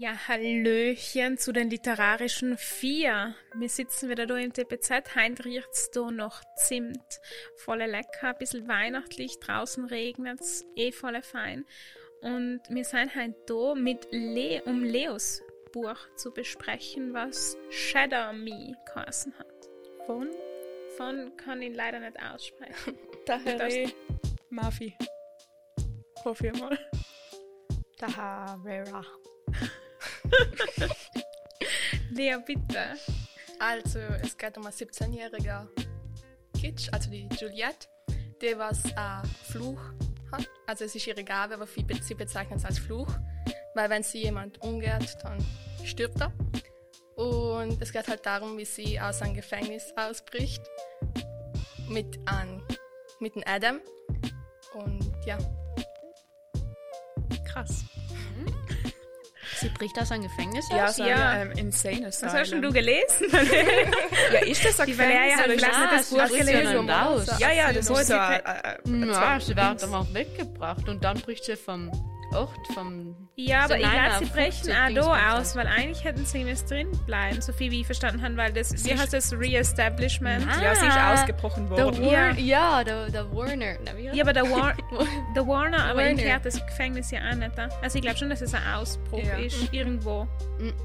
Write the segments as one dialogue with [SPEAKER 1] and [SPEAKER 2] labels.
[SPEAKER 1] Ja, Hallöchen zu den literarischen Vier. Wir sitzen wieder da im TPZ. Heinz riecht's da noch Zimt. Volle lecker, ein bisschen weihnachtlich. Draußen regnet's, eh volle fein. Und wir sind heute da, mit Le um Leos Buch zu besprechen, was Shadow Me geheißen hat.
[SPEAKER 2] Von
[SPEAKER 1] Von kann ich leider nicht aussprechen.
[SPEAKER 2] Tahereh Mafi.
[SPEAKER 1] Hoffe ich mal.
[SPEAKER 2] Taharera.
[SPEAKER 1] Lea, bitte.
[SPEAKER 2] Also, es geht um ein 17-jähriger Kitsch, also die Juliette, die was äh, Fluch hat. Also, es ist ihre Gabe, aber sie be- sie bezeichnet es als Fluch, weil wenn sie jemand umgeht, dann stirbt er. Und es geht halt darum, wie sie aus einem Gefängnis ausbricht mit an mit dem Adam. Und ja,
[SPEAKER 3] Krass. Sie bricht aus einem Gefängnis
[SPEAKER 4] Ja,
[SPEAKER 3] aus?
[SPEAKER 4] so
[SPEAKER 1] Ja.
[SPEAKER 4] ein ähm, insane ne?
[SPEAKER 1] Was hast denn du gelesen?
[SPEAKER 4] Ja, ist das ein
[SPEAKER 1] Die Valeria hat
[SPEAKER 4] oder ist
[SPEAKER 1] gleich
[SPEAKER 4] das-
[SPEAKER 1] nicht das Buch
[SPEAKER 4] Ach,
[SPEAKER 3] bricht Ah, sie ja
[SPEAKER 4] gelesen.
[SPEAKER 3] dann aus.
[SPEAKER 2] Ja,
[SPEAKER 4] Ja, ja, äh, das
[SPEAKER 1] Erzähl
[SPEAKER 4] ist so
[SPEAKER 1] mal.
[SPEAKER 4] ein... ein- ein- ein-
[SPEAKER 3] Ja, sie wird dann auch weggebracht und dann bricht sie vom Ort, vom...
[SPEAKER 1] Ja,
[SPEAKER 3] So
[SPEAKER 1] aber ich
[SPEAKER 3] nein,
[SPEAKER 1] glaube,
[SPEAKER 3] nein,
[SPEAKER 1] sie
[SPEAKER 3] Frucht-
[SPEAKER 1] brechen
[SPEAKER 3] so
[SPEAKER 1] auch
[SPEAKER 3] Dingsbums
[SPEAKER 1] da aus,
[SPEAKER 3] halt.
[SPEAKER 1] weil eigentlich hätten sie jetzt drin bleiben, so viel wie ich verstanden habe, weil das, sie
[SPEAKER 3] ist-
[SPEAKER 1] heißt das Reestablishment.
[SPEAKER 4] Ja, sie
[SPEAKER 3] Ah,
[SPEAKER 4] ist ausgebrochen
[SPEAKER 3] Der
[SPEAKER 4] äh, worden.
[SPEAKER 1] Ja.
[SPEAKER 3] War ja, der, der Warner. Na, wie heißt
[SPEAKER 1] Ja, aber der, War der Warner, aber
[SPEAKER 3] Warner.
[SPEAKER 1] irgendwie hat das Gefängnis ja auch nicht. da. Also ich glaube schon, dass es ein Ausbruch
[SPEAKER 4] Ja.
[SPEAKER 1] ist, irgendwo.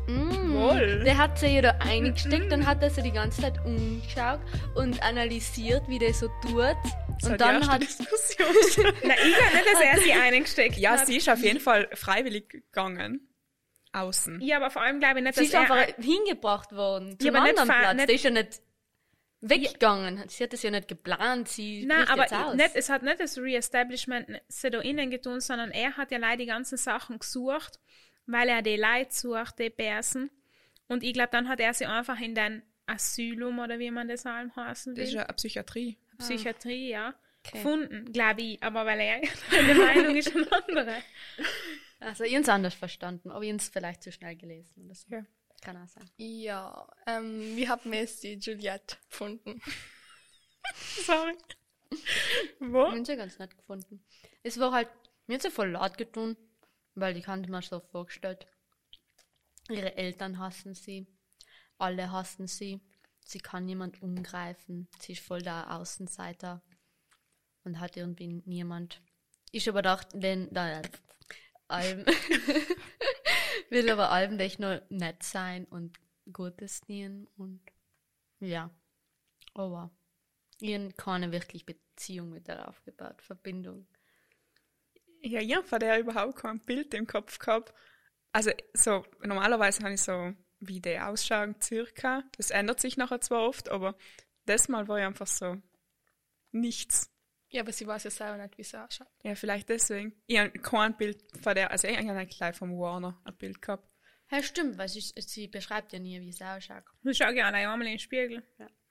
[SPEAKER 3] Mm-mm.
[SPEAKER 4] Wohl.
[SPEAKER 3] Der hat sie ja da eingesteckt, dann hat er sie die ganze Zeit umgeschaut und analysiert, wie der so tut.
[SPEAKER 4] Das
[SPEAKER 3] Und
[SPEAKER 4] die
[SPEAKER 3] dann
[SPEAKER 4] erste
[SPEAKER 3] hat
[SPEAKER 4] Diskussion.
[SPEAKER 1] Na, ich glaube nicht, dass er sie eingesteckt
[SPEAKER 4] Ja,
[SPEAKER 1] hat.
[SPEAKER 4] sie ist auf jeden Fall freiwillig gegangen. Außen.
[SPEAKER 1] Ja, aber vor allem glaube ich nicht,
[SPEAKER 3] sie
[SPEAKER 1] dass
[SPEAKER 3] ist
[SPEAKER 1] er...
[SPEAKER 3] einfach hingebracht worden
[SPEAKER 1] Ja,
[SPEAKER 3] zum
[SPEAKER 1] aber nicht
[SPEAKER 3] anderen
[SPEAKER 1] fa-
[SPEAKER 3] Platz.
[SPEAKER 1] nicht-
[SPEAKER 3] der ist ja nicht weggegangen. Sie hat das ja nicht geplant. Sie
[SPEAKER 1] Nein,
[SPEAKER 3] bricht jetzt
[SPEAKER 1] aber
[SPEAKER 3] aus.
[SPEAKER 1] nicht, es hat nicht das Reestablishment sie da innen getan, sondern er hat ja leider die ganzen Sachen gesucht, weil er die Leute sucht, die Persen. Und ich glaube, dann hat er sie einfach in den Asylum oder wie man das allem heißen
[SPEAKER 4] Das ist
[SPEAKER 1] will,
[SPEAKER 4] ja eine Psychiatrie.
[SPEAKER 1] Psychiatrie, ja,
[SPEAKER 3] Ah, Okay.
[SPEAKER 1] gefunden, glaube ich. Aber weil er meine Meinung ist eine andere.
[SPEAKER 3] Also, ich hab's anders verstanden, aber ich hab's vielleicht zu schnell gelesen oder so.
[SPEAKER 4] Ja.
[SPEAKER 3] Kann auch sein.
[SPEAKER 2] ja ähm, wir haben jetzt die Juliette gefunden.
[SPEAKER 1] Sorry. Wo?
[SPEAKER 3] Ich hab's ja ganz nett gefunden. Es war halt, mir hat's ja voll laut getan, weil ich kannte mir so vorgestellt. Ihre Eltern hassen sie, alle hassen sie, sie kann niemand umgreifen, sie ist voll der Außenseiter und hat irgendwie niemand. Ich hab mir gedacht, wenn, da, Alben, will aber Alben echt nur nett sein und Gutes dienen und, ja, Oh aber. Ich habe keine wirklich Beziehung mit der aufgebaut, Verbindung.
[SPEAKER 4] Ja, ich habe von der überhaupt kein Bild im Kopf gehabt. Also, so, normalerweise habe ich so, wie die ausschauen, circa. Das ändert sich nachher zwar oft, aber das Mal war ich einfach so nichts.
[SPEAKER 2] Ja, aber sie weiß ja selber nicht, wie sie ausschaut.
[SPEAKER 4] Ja, vielleicht deswegen. Ich habe kein Bild von der, also ich habe eigentlich gleich vom Warner ein Bild gehabt.
[SPEAKER 3] Ja, stimmt, weil sie, sie beschreibt ja nie, wie es ausschaut.
[SPEAKER 1] Du schaust ja allein einmal in den Spiegel,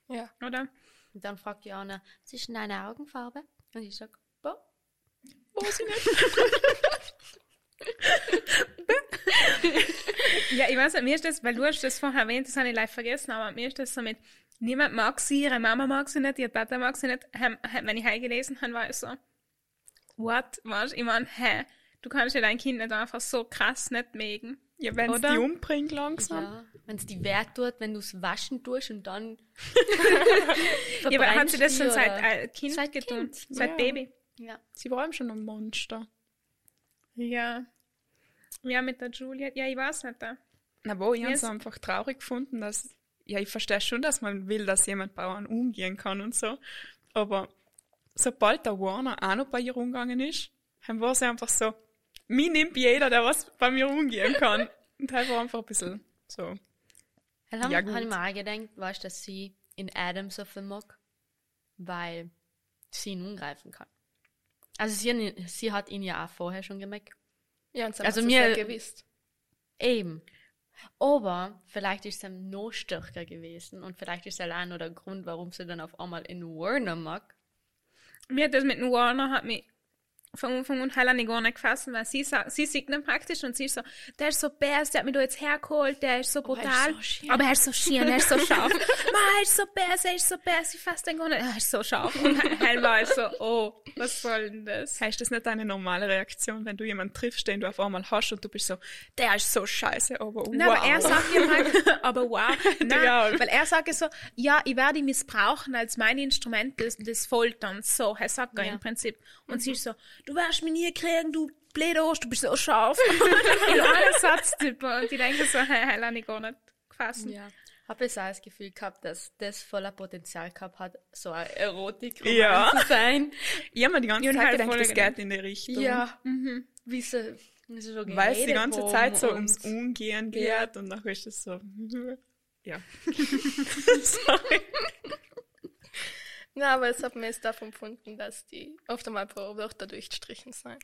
[SPEAKER 2] Ja.
[SPEAKER 1] oder?
[SPEAKER 3] Und dann fragt die Anna, was ist denn deine Augenfarbe? Und ich sag, boah.
[SPEAKER 1] Ja, ich weiß nicht, mir ist das, weil du hast das vorher erwähnt, das habe ich leicht vergessen, aber mir ist das so mit, niemand mag sie, ihre Mama mag sie nicht, ihr Vater mag sie nicht. Hem- hem- Wenn ich heim gelesen habe, war ich so, what? Weißt du, ich meine, hä? Du kannst ja dein Kind nicht einfach so krass nicht mögen.
[SPEAKER 4] Ja, wenn es
[SPEAKER 1] Oder?
[SPEAKER 4] die umbringt langsam.
[SPEAKER 3] Ja, wenn es die wert tut, wenn du es waschen tust und dann.
[SPEAKER 1] Ja, aber hat sie das schon
[SPEAKER 3] verbrennst die,
[SPEAKER 1] seit
[SPEAKER 3] oder?
[SPEAKER 1] äh, Kind
[SPEAKER 3] Seit
[SPEAKER 1] getan?
[SPEAKER 3] Kind,
[SPEAKER 1] Seit
[SPEAKER 4] ja.
[SPEAKER 1] Baby?
[SPEAKER 3] Ja.
[SPEAKER 4] Sie war eben schon ein Monster.
[SPEAKER 1] Ja. Ja, mit der Juliet. Ja, ich weiß nicht. Da.
[SPEAKER 4] Na wo, ich habe es
[SPEAKER 1] Yes.
[SPEAKER 4] einfach traurig gefunden, dass, ja, ich verstehe schon, dass man will, dass jemand Bauern umgehen kann und so, aber sobald der Warner auch noch bei ihr umgegangen ist, dann war sie einfach so, mir nimmt jeder, der was bei mir umgehen kann. Und halt war einfach ein bisschen so.
[SPEAKER 3] Dann haben,
[SPEAKER 4] Ja,
[SPEAKER 3] haben
[SPEAKER 4] gut.
[SPEAKER 3] ich mir auch gedacht, weißt du, dass sie in Adam so viel mag, weil sie ihn umgreifen kann. Also sie, sie hat ihn ja auch vorher schon gemerkt.
[SPEAKER 2] Ja, und sie
[SPEAKER 3] Also
[SPEAKER 2] also
[SPEAKER 3] mir-
[SPEAKER 2] mir ja gewusst.
[SPEAKER 3] Eben. Aber vielleicht ist er noch stärker gewesen und vielleicht ist allein nur der Grund, warum sie dann auf einmal in Warner mag.
[SPEAKER 1] Mir hat das mit dem Warner hat mich vom Anfang an hat er nicht gar nicht gefasst, weil sie, sa- sie sieht ihn praktisch und sie ist so, der ist so best, der hat mich da jetzt hergeholt, der ist so brutal. Aber er ist so schön, er ist so scharf. Ma, er ist so best, er ist so best, ich fasse den gar nicht. Er ist so scharf. Und er war halt so, oh, was soll denn das?
[SPEAKER 4] Heißt das nicht eine normale Reaktion, wenn du jemanden triffst, den du auf einmal hast und du bist so, der ist so scheiße, aber
[SPEAKER 1] Nein,
[SPEAKER 4] wow.
[SPEAKER 1] aber er sagt ihr halt, aber wow, nein,
[SPEAKER 4] Ja.
[SPEAKER 1] weil er sagt ja so, ja, ich werde ihn missbrauchen als mein Instrument des, des Folterns, so, er sagt ja. Mhm.
[SPEAKER 3] Ja.
[SPEAKER 1] im Prinzip. Und sie ist so, du wirst mich nie kriegen, du blöder Arsch, du bist so scharf. In einem Satz, Typen. Und ich denke so, hey, hey, lass ich gar nicht gefasst.
[SPEAKER 3] Ja. Habe ich auch das Gefühl gehabt, dass das voller Potenzial gehabt hat, so ein erotik
[SPEAKER 4] Ja.
[SPEAKER 3] zu sein.
[SPEAKER 4] Ich habe mir die ganze
[SPEAKER 1] Ich hab
[SPEAKER 4] Zeit
[SPEAKER 1] halt
[SPEAKER 4] gedacht,
[SPEAKER 1] voll
[SPEAKER 4] das
[SPEAKER 1] gedacht.
[SPEAKER 4] geht in die Richtung.
[SPEAKER 3] Ja.
[SPEAKER 1] Mhm.
[SPEAKER 3] Wie sie, wie sie so
[SPEAKER 4] Weil es die
[SPEAKER 3] geredet
[SPEAKER 4] ganze
[SPEAKER 3] haben
[SPEAKER 4] Zeit so
[SPEAKER 3] und-
[SPEAKER 4] ums Umgehen geht
[SPEAKER 3] Ja.
[SPEAKER 4] und nachher ist es so, ja. Sorry.
[SPEAKER 2] Na, aber es hat mir jetzt davon empfunden, dass die oft einmal pro Wörter durchgestrichen sind.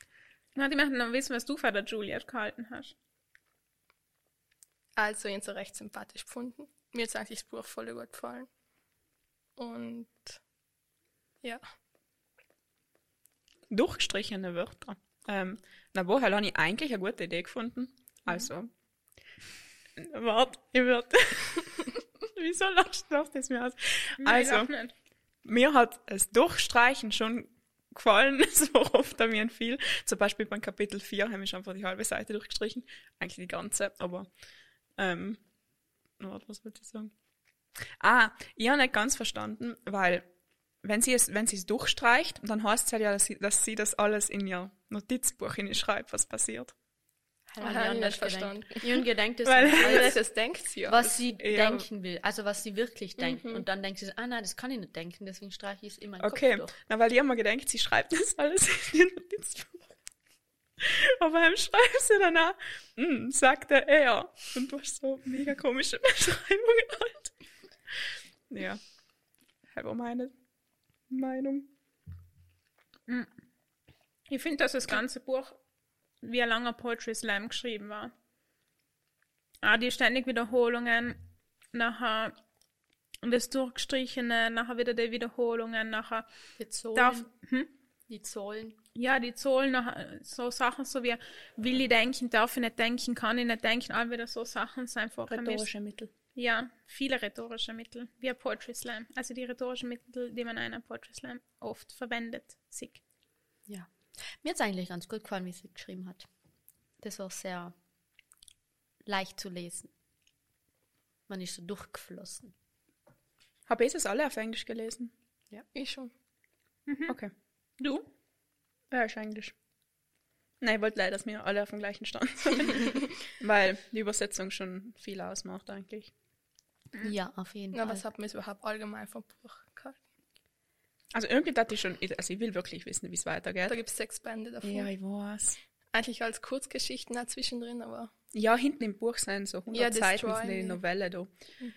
[SPEAKER 1] Na, die möchten noch wissen, was du von der Juliet gehalten hast.
[SPEAKER 2] Also ihn so recht sympathisch gefunden. Mir hat eigentlich das Buch voll gut gefallen. Und ja,
[SPEAKER 4] Durchgestrichene Wörter. Ähm, na, woher habe ich eigentlich eine gute Idee gefunden? Also, warte, ich würde. Wieso lacht lacht das mir aus? Also,
[SPEAKER 1] Nein, auch nicht.
[SPEAKER 4] mir hat das Durchstreichen schon gefallen, so oft an mir viel. Zum Beispiel beim Kapitel 4 habe ich einfach die halbe Seite durchgestrichen. Eigentlich die ganze, aber ähm, warte, was wollte ich sagen? Ah, ich habe nicht ganz verstanden, weil wenn sie es, wenn sie es durchstreicht, dann heißt es halt ja, dass sie, dass sie das alles in ihr Notizbuch hinschreibt, was passiert.
[SPEAKER 3] Hab
[SPEAKER 2] Aha,
[SPEAKER 3] ich auch
[SPEAKER 2] ich
[SPEAKER 3] nicht
[SPEAKER 2] nicht
[SPEAKER 3] verstanden.
[SPEAKER 2] verstanden.
[SPEAKER 3] Jürgen gedenkt es
[SPEAKER 4] Weil-
[SPEAKER 3] an
[SPEAKER 2] das,
[SPEAKER 3] alles,
[SPEAKER 2] das denkt sie ja.
[SPEAKER 3] was sie
[SPEAKER 4] Ja.
[SPEAKER 3] denken will, also was sie wirklich denkt. Und dann denkt sie, so, ah nein, das kann ich nicht denken, deswegen streiche ich es in meinen
[SPEAKER 4] Okay,
[SPEAKER 3] Kopf durch.
[SPEAKER 4] na, weil ich habe mir gedacht, sie schreibt das alles in ihr Notizbuch. Aber beim Schreiben sie dann auch, "Hm, sagte er. Und du hast so mega komische Beschreibungen halt. Ja, halber meine Meinung.
[SPEAKER 1] Ich finde, dass das ganze Buch wie ein langer Poetry Slam geschrieben war. Ah, die ständig Wiederholungen, nachher das Durchgestrichene, nachher wieder die Wiederholungen, nachher
[SPEAKER 3] Die Zollen,
[SPEAKER 1] darf, hm?
[SPEAKER 3] die Zollen.
[SPEAKER 1] ja, die Zollen, nachher äh, so Sachen, so wie will ich denken, darf ich nicht denken, kann ich nicht denken, all wieder so Sachen sind vorgekommen.
[SPEAKER 4] Mittel.
[SPEAKER 1] Ja, viele rhetorische Mittel, wie ein Poetry Slam. Also die rhetorischen Mittel, die man in einem Poetry Slam oft verwendet, sick.
[SPEAKER 3] Ja. Mir hat es eigentlich ganz gut gefallen, wie sie geschrieben hat. Das war sehr leicht zu lesen. Man ist so durchgeflossen.
[SPEAKER 4] Habe ich es alle auf Englisch gelesen?
[SPEAKER 2] ich schon.
[SPEAKER 4] Okay.
[SPEAKER 1] Du?
[SPEAKER 4] Ja, ist Englisch. Nein, ich wollte leider, dass wir alle auf dem gleichen Stand sind. weil die Übersetzung schon viel ausmacht eigentlich.
[SPEAKER 3] Ja, auf jeden
[SPEAKER 2] Na,
[SPEAKER 3] Fall.
[SPEAKER 2] was hat mir überhaupt allgemein vom Buch gehalten?
[SPEAKER 4] Also irgendwie dachte ich schon, also ich will wirklich wissen, wie es
[SPEAKER 2] Da
[SPEAKER 4] weitergeht.
[SPEAKER 2] gibt es sechs Bände davon.
[SPEAKER 4] Ja, ich weiß.
[SPEAKER 2] Eigentlich als Kurzgeschichten auch zwischendrin, aber
[SPEAKER 4] Ja, hinten im Buch sind so 100
[SPEAKER 2] Ja,
[SPEAKER 4] Seiten
[SPEAKER 2] Destroy
[SPEAKER 4] ist eine
[SPEAKER 2] Me.
[SPEAKER 4] Novelle da.
[SPEAKER 2] Mhm.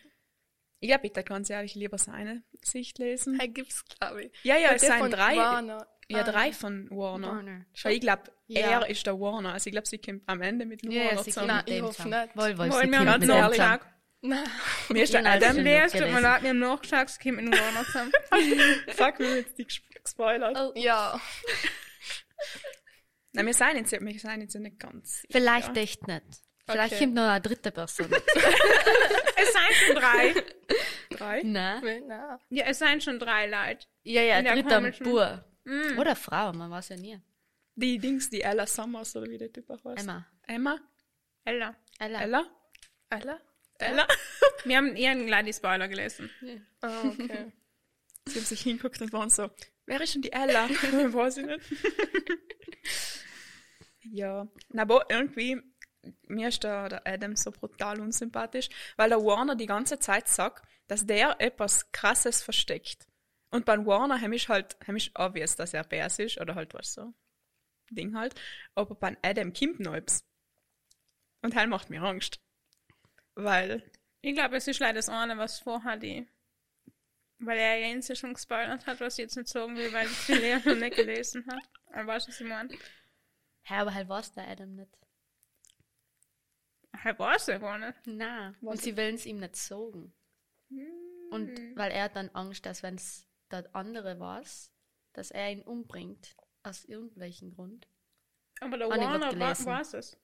[SPEAKER 4] Ich glaube, ich darf ganz ehrlich lieber seine Sicht lesen.
[SPEAKER 2] hey, gibt's, glaube ich.
[SPEAKER 4] Ja, ja,
[SPEAKER 2] Und
[SPEAKER 4] es
[SPEAKER 2] der
[SPEAKER 4] sind
[SPEAKER 2] von
[SPEAKER 4] drei.
[SPEAKER 2] Warner.
[SPEAKER 4] Ja,
[SPEAKER 2] Ah,
[SPEAKER 4] drei von Warner.
[SPEAKER 3] Warner.
[SPEAKER 4] Weil ich glaube,
[SPEAKER 3] Ja.
[SPEAKER 4] er ist der Warner. Also ich glaube, sie kommt am Ende mit
[SPEAKER 3] Ja, ja,
[SPEAKER 4] Warner
[SPEAKER 3] sie
[SPEAKER 4] zusammen.
[SPEAKER 3] kommt
[SPEAKER 2] Nein,
[SPEAKER 3] mit
[SPEAKER 2] ich
[SPEAKER 3] dem
[SPEAKER 2] hoffe
[SPEAKER 3] zusammen.
[SPEAKER 2] nicht.
[SPEAKER 3] Wollen, wollen,
[SPEAKER 1] Wollen wir
[SPEAKER 3] sie kommt
[SPEAKER 4] Ganz
[SPEAKER 3] mit
[SPEAKER 1] noch
[SPEAKER 3] dem
[SPEAKER 4] ehrlich.
[SPEAKER 3] zusammen.
[SPEAKER 2] Na,
[SPEAKER 4] Mir ist der
[SPEAKER 1] Äh,
[SPEAKER 2] genau.
[SPEAKER 1] Also
[SPEAKER 3] Inhalt
[SPEAKER 4] Adam
[SPEAKER 3] sind-
[SPEAKER 4] leer.
[SPEAKER 1] Lest, tut mir
[SPEAKER 3] gelesen.
[SPEAKER 1] leid, wir haben nachgeschaut, es kommt in den Warner zusammen.
[SPEAKER 4] Fuck, wir haben jetzt die gesp- gespoilert.
[SPEAKER 3] Oh,
[SPEAKER 2] ja.
[SPEAKER 4] Nein, wir sind jetzt, wir sind jetzt nicht ganz. sicher.
[SPEAKER 3] Vielleicht echt nicht. Vielleicht
[SPEAKER 2] Okay.
[SPEAKER 3] kommt noch eine dritte Person.
[SPEAKER 1] Es seien schon drei.
[SPEAKER 4] Drei?
[SPEAKER 3] Nein.
[SPEAKER 2] Na,
[SPEAKER 1] Ja, es seien schon drei Leute.
[SPEAKER 3] Ja, ja,
[SPEAKER 1] In der
[SPEAKER 3] dritter
[SPEAKER 1] komischen-
[SPEAKER 3] Bur.
[SPEAKER 1] Mm.
[SPEAKER 3] Oder Frau, man weiß ja nie.
[SPEAKER 4] Die Dings, die Ella Summers oder wie der Typ auch heißt.
[SPEAKER 3] Emma.
[SPEAKER 4] Emma?
[SPEAKER 1] Ella.
[SPEAKER 3] Ella.
[SPEAKER 4] Ella?
[SPEAKER 2] alle?
[SPEAKER 4] Ella?
[SPEAKER 1] Wir haben ihren gleich die Spoiler gelesen.
[SPEAKER 2] Ah, okay.
[SPEAKER 4] Sie haben sich hinguckt und waren so, wer ist denn die Ella? Weiß ich nicht. ja. Na, aber irgendwie, mir ist der, der Adam so brutal unsympathisch, weil der Warner die ganze Zeit sagt, dass der etwas Krasses versteckt. Und beim Warner habe ich halt, habe ich obvious, dass er Bärs ist oder halt was so. Ding halt. Aber beim Adam kommt noch etwas. Und er macht mir Angst. Weil,
[SPEAKER 1] Ich glaube, es ist leider das eine, was vorher die. Weil er ja ihn schon gespoilert hat, was ich jetzt nicht sagen will, weil ich die Lea noch nicht gelesen hat. Aber weißt du, was ich meine?
[SPEAKER 3] Hä, aber halt weiß der Adam nicht.
[SPEAKER 1] Er weiß ja gar nicht.
[SPEAKER 3] Na. Und sie wollen es ihm nicht sagen. Und weil er hat dann Angst, dass wenn es der andere weiß, dass er ihn umbringt. Aus irgendwelchem Grund.
[SPEAKER 1] Aber der
[SPEAKER 3] Ah, nee, wird
[SPEAKER 1] Warner wa
[SPEAKER 3] gelesen.
[SPEAKER 1] weiß es.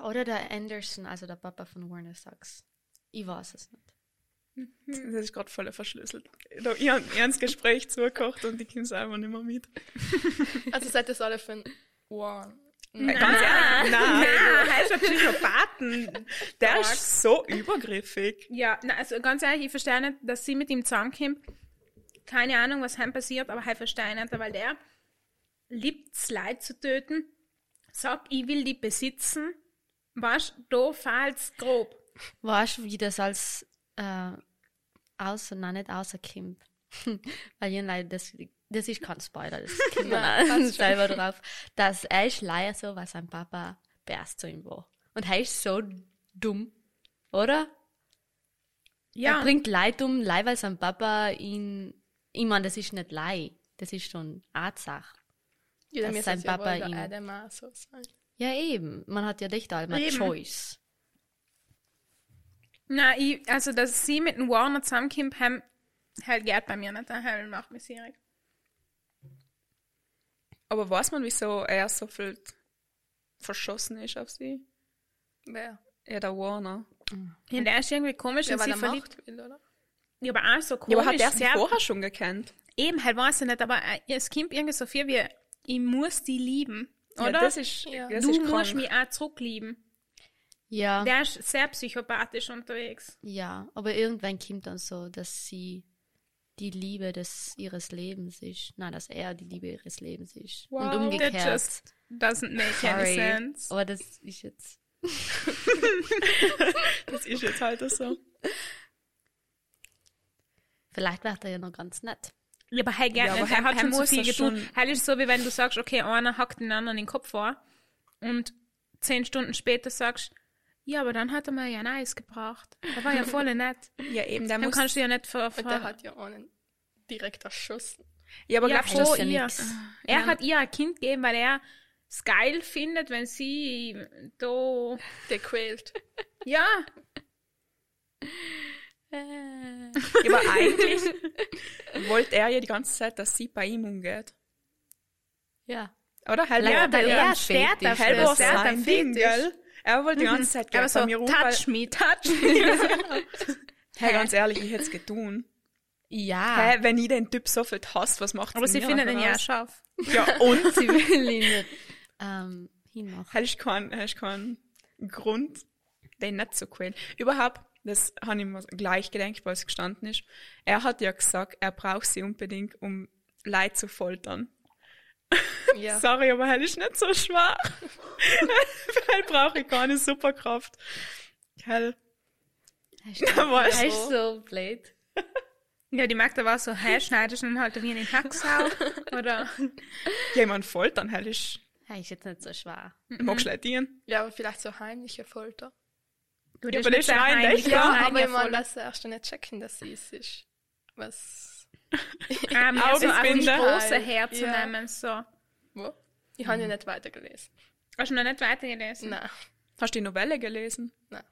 [SPEAKER 3] Oder der Anderson, also der Papa von Warner Sachs. Ich weiß es nicht.
[SPEAKER 4] Das ist gerade voll verschlüsselt. Da, ich habe ins Gespräch zugekocht und ich komme selber nicht mehr mit.
[SPEAKER 2] Also seid ihr alle für ein One.
[SPEAKER 1] Nein.
[SPEAKER 4] Ganz ehrlich, nein.
[SPEAKER 1] Nein, heißt er Psychopathen.
[SPEAKER 4] Der ist so übergriffig.
[SPEAKER 1] Ja, na, also ganz ehrlich, ich verstehe nicht, dass sie mit ihm zusammenkommt. Keine Ahnung, was heim passiert, aber ich verstehe nicht, weil der liebt's Leid zu töten. Sagt, ich will die besitzen. Weißt du, da fällt's grob.
[SPEAKER 3] Weißt du, wie das als äh, außer, nein, nicht außerkommt? Weil ja, nein, das, das ist kein Spoiler, das kommt
[SPEAKER 2] Nein,
[SPEAKER 3] man auch
[SPEAKER 2] passt
[SPEAKER 3] selber drauf. Dass er ist leider so, was sein Papa bärst zu ihm war. Und er ist so dumm, oder? Er
[SPEAKER 1] Ja,
[SPEAKER 3] bringt Leid um, Leid, weil sein Papa ihn, ich meine, das ist nicht Leid, das ist schon Artsach.
[SPEAKER 2] Ja,
[SPEAKER 3] Dass
[SPEAKER 2] mir ist
[SPEAKER 3] sein
[SPEAKER 2] das ja
[SPEAKER 3] Papa
[SPEAKER 2] wohl
[SPEAKER 3] ihn-
[SPEAKER 2] der Adam auch so sein.
[SPEAKER 3] Ja, eben, man hat ja nicht da immer
[SPEAKER 1] Eben.
[SPEAKER 3] Choice.
[SPEAKER 1] na, ich, also, dass sie mit dem Warner zusammenkommt, heim, halt geht bei mir nicht, heim macht mich sierig.
[SPEAKER 4] Aber weiß man, wieso er so viel verschossen ist auf sie?
[SPEAKER 2] Wer?
[SPEAKER 4] Ja, der Warner.
[SPEAKER 1] Ja, der ist irgendwie komisch
[SPEAKER 2] Ja,
[SPEAKER 1] und
[SPEAKER 2] weil
[SPEAKER 1] sie
[SPEAKER 2] er
[SPEAKER 1] verliebt.
[SPEAKER 2] Macht will, oder?
[SPEAKER 1] Ja, aber auch so
[SPEAKER 4] Ja,
[SPEAKER 1] komisch.
[SPEAKER 4] aber hat er sie
[SPEAKER 1] Ja,
[SPEAKER 4] vorher schon gekannt?
[SPEAKER 1] Eben, halt weiß ich nicht, aber äh, es kommt irgendwie so viel wie, ich muss die lieben, oder?
[SPEAKER 4] Ja, das ist,
[SPEAKER 2] Ja.
[SPEAKER 4] das
[SPEAKER 1] du
[SPEAKER 4] ist
[SPEAKER 1] musst
[SPEAKER 4] krank.
[SPEAKER 1] mich auch zurücklieben.
[SPEAKER 3] Ja.
[SPEAKER 1] Der ist sehr psychopathisch unterwegs.
[SPEAKER 3] Ja, aber irgendwann kommt dann so, dass sie die Liebe des ihres Lebens ist. Nein, dass er die Liebe ihres Lebens ist.
[SPEAKER 4] Wow,
[SPEAKER 3] Und umgekehrt.
[SPEAKER 1] That just doesn't make any
[SPEAKER 3] Sorry.
[SPEAKER 1] sense.
[SPEAKER 3] Aber das ist jetzt.
[SPEAKER 4] Das ist jetzt halt so.
[SPEAKER 3] Vielleicht wird er ja noch ganz nett.
[SPEAKER 1] Ja, aber hey,
[SPEAKER 4] Oh. Ja,
[SPEAKER 1] gerne, er
[SPEAKER 4] aber heim-
[SPEAKER 1] hat schon
[SPEAKER 4] heim
[SPEAKER 1] zu
[SPEAKER 4] muss
[SPEAKER 1] viel
[SPEAKER 4] er
[SPEAKER 1] getan.
[SPEAKER 4] schon-
[SPEAKER 1] Halt ist so, wie wenn du sagst, okay, einer hackt den anderen den Kopf vor und zehn Stunden später sagst, ja, aber dann hat er mir ja ein Eis gebracht. Er war ja voll nett.
[SPEAKER 4] Ja, eben, der
[SPEAKER 1] Dann
[SPEAKER 4] muss.
[SPEAKER 1] kannst du ja nicht ver...
[SPEAKER 2] Und der
[SPEAKER 1] ver
[SPEAKER 2] hat ja einen direkt erschossen.
[SPEAKER 4] ja, aber
[SPEAKER 1] ja,
[SPEAKER 4] glaubst du,
[SPEAKER 1] pro
[SPEAKER 4] dass
[SPEAKER 3] ja
[SPEAKER 1] ihr.
[SPEAKER 3] nix.
[SPEAKER 1] Er
[SPEAKER 4] Ja.
[SPEAKER 1] hat ihr ein Kind gegeben, weil er es geil findet, wenn sie da...
[SPEAKER 2] Der quält.
[SPEAKER 1] Ja,
[SPEAKER 4] Ja, aber eigentlich wollte er ja die ganze Zeit, dass sie bei ihm umgeht.
[SPEAKER 3] Ja.
[SPEAKER 4] Oder? Halt,
[SPEAKER 3] Leider
[SPEAKER 4] ja,
[SPEAKER 3] der
[SPEAKER 4] der
[SPEAKER 3] er
[SPEAKER 1] er
[SPEAKER 3] steht
[SPEAKER 1] steht dafür.
[SPEAKER 4] halt war
[SPEAKER 1] er hat
[SPEAKER 4] sein
[SPEAKER 1] einen
[SPEAKER 4] Ding,
[SPEAKER 1] Fetisch.
[SPEAKER 4] gell? Er wollte die ganze Zeit
[SPEAKER 1] Aber
[SPEAKER 4] gell,
[SPEAKER 1] so,
[SPEAKER 4] bei mir rum, weil,
[SPEAKER 1] touch me, touch me.
[SPEAKER 4] hey, ganz ehrlich, ich hätte es getan.
[SPEAKER 3] Ja.
[SPEAKER 4] Hey, wenn ich den Typ so viel hasst, was macht
[SPEAKER 1] Ah. Aber sie finden ihn ja scharf.
[SPEAKER 4] Ja, und?
[SPEAKER 3] Sie will ihn nicht ähm, hinmachen.
[SPEAKER 4] Hast ich keinen, hast ich keinen Grund, den nicht zu quälen. Überhaupt, das habe ich mir gleich gedacht, weil es gestanden ist. Er hat ja gesagt, er braucht sie unbedingt, um Leute zu foltern.
[SPEAKER 2] Ja.
[SPEAKER 4] Sorry, aber er ist nicht so schwach. Weil brauche ich keine Superkraft. Gell?
[SPEAKER 3] Er ist
[SPEAKER 4] Da
[SPEAKER 3] so-
[SPEAKER 4] weißt du.
[SPEAKER 3] er ist so blöd.
[SPEAKER 1] Also. Ja, die Magda war so, hä, schneidest du ihn halt wie einen Hacksau? Oder?
[SPEAKER 4] Jemand foltern, er ist,
[SPEAKER 3] Er ist jetzt nicht so schwer.
[SPEAKER 1] Mhm.
[SPEAKER 4] magst du Leute dienen?
[SPEAKER 2] ja, aber vielleicht so heimliche Folter.
[SPEAKER 1] Du,
[SPEAKER 4] Ja, aber der schreit echt,
[SPEAKER 2] Ja,
[SPEAKER 4] Ja,
[SPEAKER 2] aber man lässt erst nicht checken, dass sie es ist. Was?
[SPEAKER 1] Ähm, also auf die
[SPEAKER 4] Augenbinde.
[SPEAKER 1] große Herzen
[SPEAKER 2] Ja.
[SPEAKER 1] nehmen, so.
[SPEAKER 2] Wo? Ich habe ja nicht weitergelesen.
[SPEAKER 1] Hast du noch nicht weitergelesen?
[SPEAKER 2] Nein,
[SPEAKER 4] Hast du die Novelle gelesen?
[SPEAKER 2] Nein.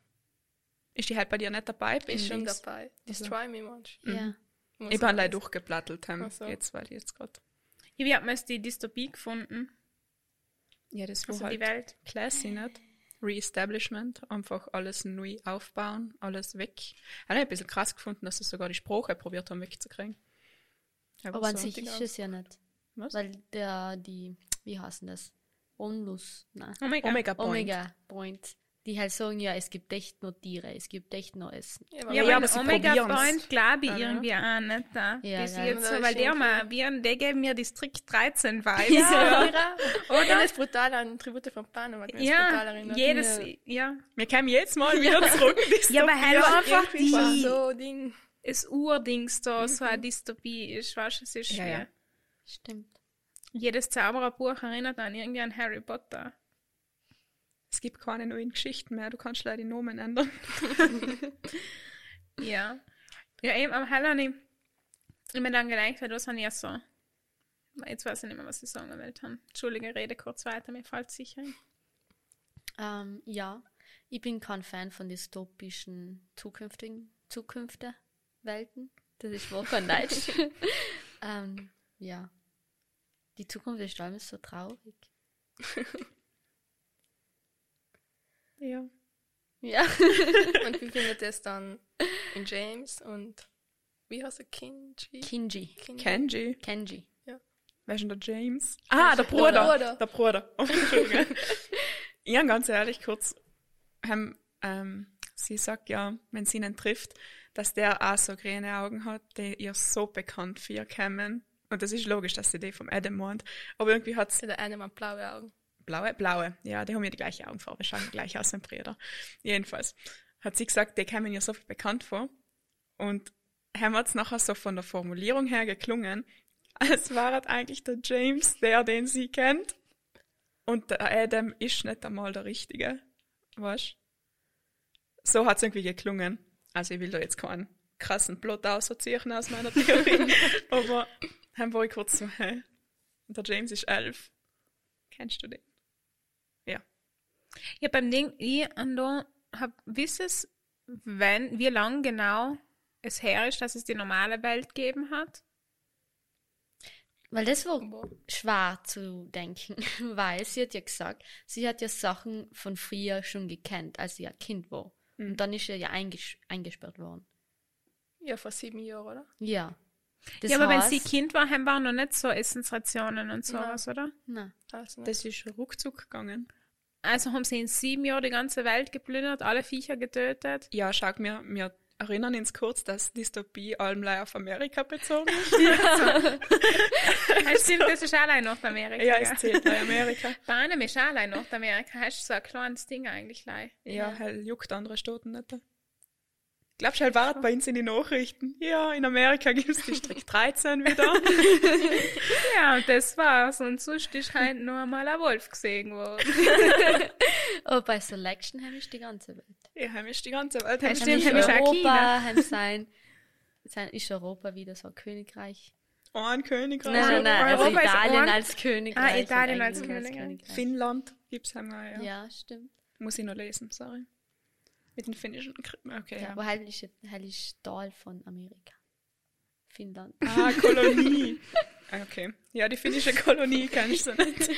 [SPEAKER 4] Ist die halt bei dir nicht dabei?
[SPEAKER 2] bin
[SPEAKER 4] Bin
[SPEAKER 2] schon
[SPEAKER 4] links.
[SPEAKER 2] dabei. Destroy me, Mensch.
[SPEAKER 1] Mhm.
[SPEAKER 3] Ja.
[SPEAKER 2] Muss
[SPEAKER 4] Ich bin
[SPEAKER 2] lesen.
[SPEAKER 4] leider durchgeplattelt, heim,
[SPEAKER 2] Ach so.
[SPEAKER 4] jetzt, weil ich jetzt gerade.
[SPEAKER 1] Ich habe mir die Dystopie gefunden.
[SPEAKER 4] Ja, das war
[SPEAKER 1] Also die
[SPEAKER 4] halt
[SPEAKER 1] Welt.
[SPEAKER 4] classy, nicht? Reestablishment, einfach alles neu aufbauen, alles weg. Ich habe ein bisschen krass gefunden, dass sie sogar die Sprache probiert haben wegzukriegen.
[SPEAKER 3] Aber an
[SPEAKER 4] so.
[SPEAKER 3] sich ist es ja nicht.
[SPEAKER 4] Was?
[SPEAKER 3] Weil der, die, wie heißen das? Onlus. Nein.
[SPEAKER 1] Oh mein Gott.
[SPEAKER 4] Omega Point.
[SPEAKER 3] Omega Point. Die halt sagen, ja, es gibt echt nur Tiere, es gibt echt nur Essen.
[SPEAKER 2] Ja,
[SPEAKER 1] Ja,
[SPEAKER 2] aber
[SPEAKER 4] aber
[SPEAKER 1] aber
[SPEAKER 4] aber sie
[SPEAKER 1] Omega
[SPEAKER 4] probieren's.
[SPEAKER 1] Point glaube ich
[SPEAKER 4] Ja, ne?
[SPEAKER 1] irgendwie auch nicht da.
[SPEAKER 3] Ja,
[SPEAKER 1] Bis
[SPEAKER 3] ja.
[SPEAKER 1] jetzt,
[SPEAKER 2] Ja,
[SPEAKER 1] so,
[SPEAKER 2] das
[SPEAKER 1] weil
[SPEAKER 2] ist
[SPEAKER 1] der,
[SPEAKER 2] irgendwie-
[SPEAKER 1] mal, wir, der geben mir Distrikt 13 Vibes.
[SPEAKER 2] Ja, oder? Das brutal an Tribute von Panem hat mir das brutal
[SPEAKER 1] Ja,
[SPEAKER 2] erinnert.
[SPEAKER 1] jedes, ja.
[SPEAKER 4] Wir kommen jetzt mal wieder zurück.
[SPEAKER 1] Ja, aber halt einfach
[SPEAKER 2] Ich war
[SPEAKER 1] die,
[SPEAKER 2] so Ding.
[SPEAKER 1] das Urdings da, so eine Dystopie ist, weißt du, es ist
[SPEAKER 4] Ja,
[SPEAKER 1] schwer.
[SPEAKER 4] ja.
[SPEAKER 3] Stimmt.
[SPEAKER 1] Jedes Zaubererbuch erinnert an irgendwie an Harry Potter.
[SPEAKER 4] Es gibt keine neuen Geschichten mehr, du kannst leider die Nomen ändern.
[SPEAKER 1] Ja. Ja, eben, aber halt habe ich ich mir dann gedacht, weil das habe ich ja so. Jetzt weiß ich nicht mehr, was ich sagen wollte. haben. Entschuldige, rede kurz weiter, mir fällt sicher. ein.
[SPEAKER 3] Ähm, ja, ich bin kein Fan von dystopischen zukünftigen Zukünfte, Welten. Das ist wohl kein Deutsch. ähm, ja. Die Zukunft des Stammes ist so traurig.
[SPEAKER 1] Ja.
[SPEAKER 3] Ja.
[SPEAKER 2] Und wie findet es dann in James und wie heißt er? Kinji?
[SPEAKER 3] Kinji.
[SPEAKER 2] Kinji?
[SPEAKER 4] Kenji.
[SPEAKER 3] Kenji.
[SPEAKER 4] Wer ist denn der James? Ah, der Bruder.
[SPEAKER 2] Bruder.
[SPEAKER 4] Der Bruder. Oh, Entschuldigung. ja, ganz ehrlich, kurz. Ähm, ähm, sie sagt ja, wenn sie ihn trifft, dass der auch so grüne Augen hat, die ihr so bekannt für ihr kämen. Und das ist logisch, dass sie die vom Adam meint. Aber irgendwie hat
[SPEAKER 2] Der eine Mann blaue Augen.
[SPEAKER 4] Blaue? Blaue. Ja, die haben ja die gleiche Augenfarbe, schauen gleich aus, mein Bruder. Jedenfalls hat sie gesagt, die kämen ihr so viel bekannt vor. Und haben es nachher so von der Formulierung her geklungen, als war es eigentlich der James, der, den sie kennt. Und der Adam ist nicht einmal der Richtige. Weißt So hat es irgendwie geklungen. Also ich will da jetzt keinen krassen Plot ausziehen aus meiner Theorie. Aber haben wir kurz so, hä? Der James ist elf. Kennst du den?
[SPEAKER 1] Ja, beim Ding, ich und da hab, wisst es, wenn, wie lang genau es her ist, dass es die normale Welt gegeben hat?
[SPEAKER 3] Weil das war schwer zu denken, weil sie hat ja gesagt, sie hat ja Sachen von früher schon gekannt, als sie ein Kind war.
[SPEAKER 1] Mhm.
[SPEAKER 3] Und dann ist er ja eingesch eingesperrt worden.
[SPEAKER 2] Ja, vor sieben Jahren, oder?
[SPEAKER 3] Ja. Das
[SPEAKER 1] ja, aber wenn sie
[SPEAKER 3] heißt-
[SPEAKER 1] Kind war, haben wir noch nicht so Essensrationen und
[SPEAKER 2] Nein.
[SPEAKER 1] sowas, oder?
[SPEAKER 3] Nein.
[SPEAKER 2] Also, ne?
[SPEAKER 4] Das ist ruckzuck gegangen.
[SPEAKER 1] Also haben sie in sieben Jahren die ganze Welt geplündert, alle Viecher getötet.
[SPEAKER 4] Ja, schau, wir, wir erinnern uns kurz, dass Dystopie allem auf Amerika bezogen ist.
[SPEAKER 1] Ja, stimmt, das ist auch allein Nordamerika.
[SPEAKER 4] ja, es zählt bei Amerika.
[SPEAKER 1] Bahnen ist auch allein Nordamerika. Hast du so ein kleines Ding eigentlich gleich?
[SPEAKER 4] Ja, hell juckt andere Staaten nicht. Glaubst du, halt war es bei uns in den Nachrichten? Ja, in Amerika gibt es Distrikt 13 wieder.
[SPEAKER 1] Ja, und das war's. Und sonst ist halt nur einmal ein Wolf gesehen worden.
[SPEAKER 3] Aber bei Selection habe ich die ganze Welt.
[SPEAKER 4] ja, heim ist die ganze Welt.
[SPEAKER 1] Ja,
[SPEAKER 4] heim ist
[SPEAKER 1] stimmt,
[SPEAKER 4] nicht
[SPEAKER 1] heim ist auch
[SPEAKER 3] Europa,
[SPEAKER 1] China.
[SPEAKER 3] heim sein, sein ist Europa wieder so ein Königreich.
[SPEAKER 4] ein Königreich.
[SPEAKER 3] Nein, nein, nein, also
[SPEAKER 1] Europa ist
[SPEAKER 3] Italien
[SPEAKER 1] ein-
[SPEAKER 3] als Königreich.
[SPEAKER 1] Ah, Italien
[SPEAKER 3] und
[SPEAKER 1] als
[SPEAKER 3] England
[SPEAKER 1] Königreich.
[SPEAKER 4] Finnland gibt es einmal, ja.
[SPEAKER 3] Ja. ja, stimmt.
[SPEAKER 4] Muss ich noch lesen, sorry. Mit den finnischen Krippen, okay.
[SPEAKER 3] Ja.
[SPEAKER 4] Ja.
[SPEAKER 3] Aber halt ist, halt ist Stahl von Amerika. Finnland.
[SPEAKER 4] Ah, Kolonie. Ah, okay. Ja, die finnische Kolonie kennst du nicht.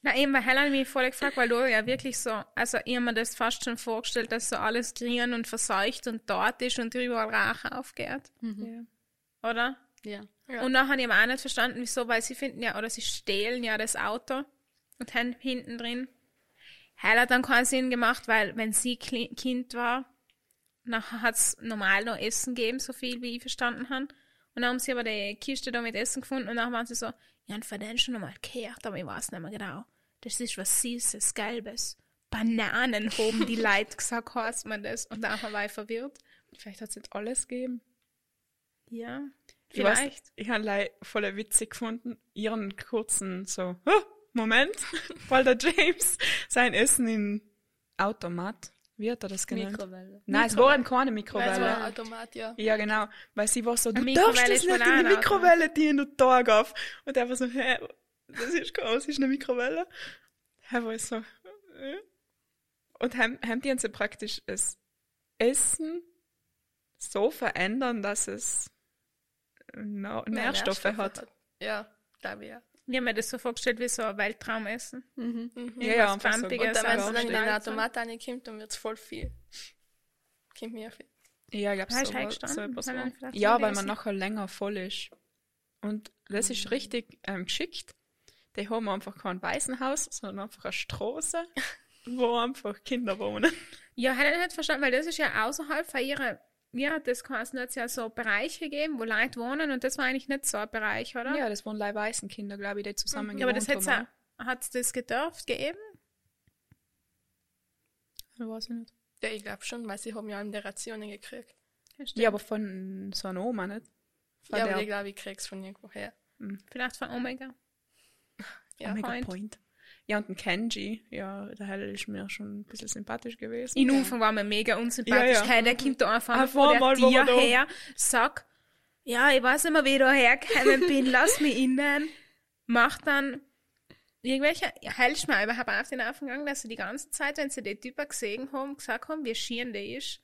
[SPEAKER 1] Na eben, weil Helen mich voll gefragt, weil du ja wirklich so, also ich habe mir das fast schon vorgestellt, dass so alles grün und verseucht und dort ist und überall Rauch aufgeht,
[SPEAKER 4] Ja.
[SPEAKER 1] oder?
[SPEAKER 3] Ja.
[SPEAKER 2] Ja.
[SPEAKER 1] Und nachher habe ich auch nicht verstanden, wieso, weil sie finden ja, oder sie stehlen ja das Auto und haben hinten drin. Heil hat dann keinen Sinn gemacht, weil wenn sie Kli- Kind war, nachher hat es normal noch Essen gegeben, so viel wie ich verstanden habe. Und dann haben sie aber die Kiste da mit Essen gefunden und dann waren sie so, ja, und von denen schon nochmal gehört, aber ich weiß nicht mehr genau. Das ist was Süßes, Gelbes. Bananen oben, die Leute gesagt, heißt man das. Und nachher war ich verwirrt.
[SPEAKER 4] Vielleicht hat es nicht alles gegeben.
[SPEAKER 1] Ja,
[SPEAKER 4] Ich weiß-
[SPEAKER 1] vielleicht.
[SPEAKER 4] Ich habe voll witzig gefunden, ihren kurzen so, "Huh, Moment, weil der James sein Essen in Automat, wie hat er das genannt?
[SPEAKER 3] Mikrowelle.
[SPEAKER 4] Nein, es waren keine
[SPEAKER 2] Weil es war ein
[SPEAKER 4] Mikrowelle.
[SPEAKER 2] Automat, ja.
[SPEAKER 4] Ja, genau, weil sie war so, du
[SPEAKER 1] Mikrowelle
[SPEAKER 4] darfst das
[SPEAKER 1] ist
[SPEAKER 4] nicht
[SPEAKER 1] wohl auch
[SPEAKER 4] in
[SPEAKER 1] ein
[SPEAKER 4] die Mikrowelle dienen, du Tag auf. Und er war so, hä, das ist keine, das ist eine Mikrowelle. Er war so, äh. Und haben, haben die uns ja praktisch das Essen so verändern, dass es äh, Na
[SPEAKER 2] Mehr
[SPEAKER 4] Nährstoffe, hat.
[SPEAKER 2] Ja, glaube ich, ja.
[SPEAKER 1] Ich habe mir das so vorgestellt wie so ein Weltraumessen.
[SPEAKER 3] Mhm.
[SPEAKER 2] Mhm.
[SPEAKER 4] Ja, ja,
[SPEAKER 1] Irgendwas
[SPEAKER 4] einfach so.
[SPEAKER 1] Bampiges.
[SPEAKER 2] Und dann, wenn es
[SPEAKER 1] aber
[SPEAKER 2] dann in den
[SPEAKER 1] schnell
[SPEAKER 2] Automat reinkommt, dann wird es voll viel. Kommt mir viel.
[SPEAKER 4] Ja, ich
[SPEAKER 1] Hast
[SPEAKER 4] glaube,
[SPEAKER 1] du
[SPEAKER 4] so,
[SPEAKER 1] halt
[SPEAKER 4] war- so
[SPEAKER 1] gestanden?
[SPEAKER 4] etwas
[SPEAKER 1] Kann
[SPEAKER 4] war.
[SPEAKER 1] man vielleicht
[SPEAKER 4] Ja, weil man
[SPEAKER 1] lesen?
[SPEAKER 4] nachher länger voll ist. Und das
[SPEAKER 1] Mhm.
[SPEAKER 4] ist richtig ähm, geschickt. Die haben einfach kein Waisenhaus, sondern einfach eine Straße, wo einfach Kinder wohnen.
[SPEAKER 1] Ja, Helen hat verstanden, weil das ist ja außerhalb von ihrer, ja, das heißt, es ja so Bereiche gegeben, wo Leute wohnen und das war eigentlich nicht so ein Bereich, oder?
[SPEAKER 4] Ja, das waren leider Waisenkinder, glaube ich, die zusammen
[SPEAKER 1] Ja, Mhm. aber das
[SPEAKER 4] gewohnt
[SPEAKER 1] hätte
[SPEAKER 4] haben,
[SPEAKER 1] hat das gedurft gegeben?
[SPEAKER 4] oder? Weiß ich nicht.
[SPEAKER 2] Ja, ich glaube schon, weil sie haben ja eine Rationen gekriegt.
[SPEAKER 4] Ja, aber von so einer Oma, nicht? Von
[SPEAKER 2] ja,
[SPEAKER 4] der
[SPEAKER 2] aber ich glaube, ich krieg's von irgendwoher.
[SPEAKER 1] Vielleicht von Omega.
[SPEAKER 2] Ja,
[SPEAKER 4] Omega
[SPEAKER 1] Point.
[SPEAKER 4] Oh Point. Ja, und ein Kenji, ja, der Hell ist mir schon ein bisschen sympathisch gewesen.
[SPEAKER 1] In Anfang war mir mega unsympathisch.
[SPEAKER 4] Ja, ja.
[SPEAKER 1] Hey, der kommt da einfach
[SPEAKER 4] Auf
[SPEAKER 1] vor der
[SPEAKER 4] einmal, wo wir
[SPEAKER 1] Tür
[SPEAKER 4] da-
[SPEAKER 1] her, sag, ja, ich weiß nicht mehr, wie ich da hergekommen bin, lass mich innen. Macht dann irgendwelche, heilst mir überhaupt auf den Anfang gegangen, dass sie die ganze Zeit, wenn sie den Typen gesehen haben, gesagt haben, wie schier der ist.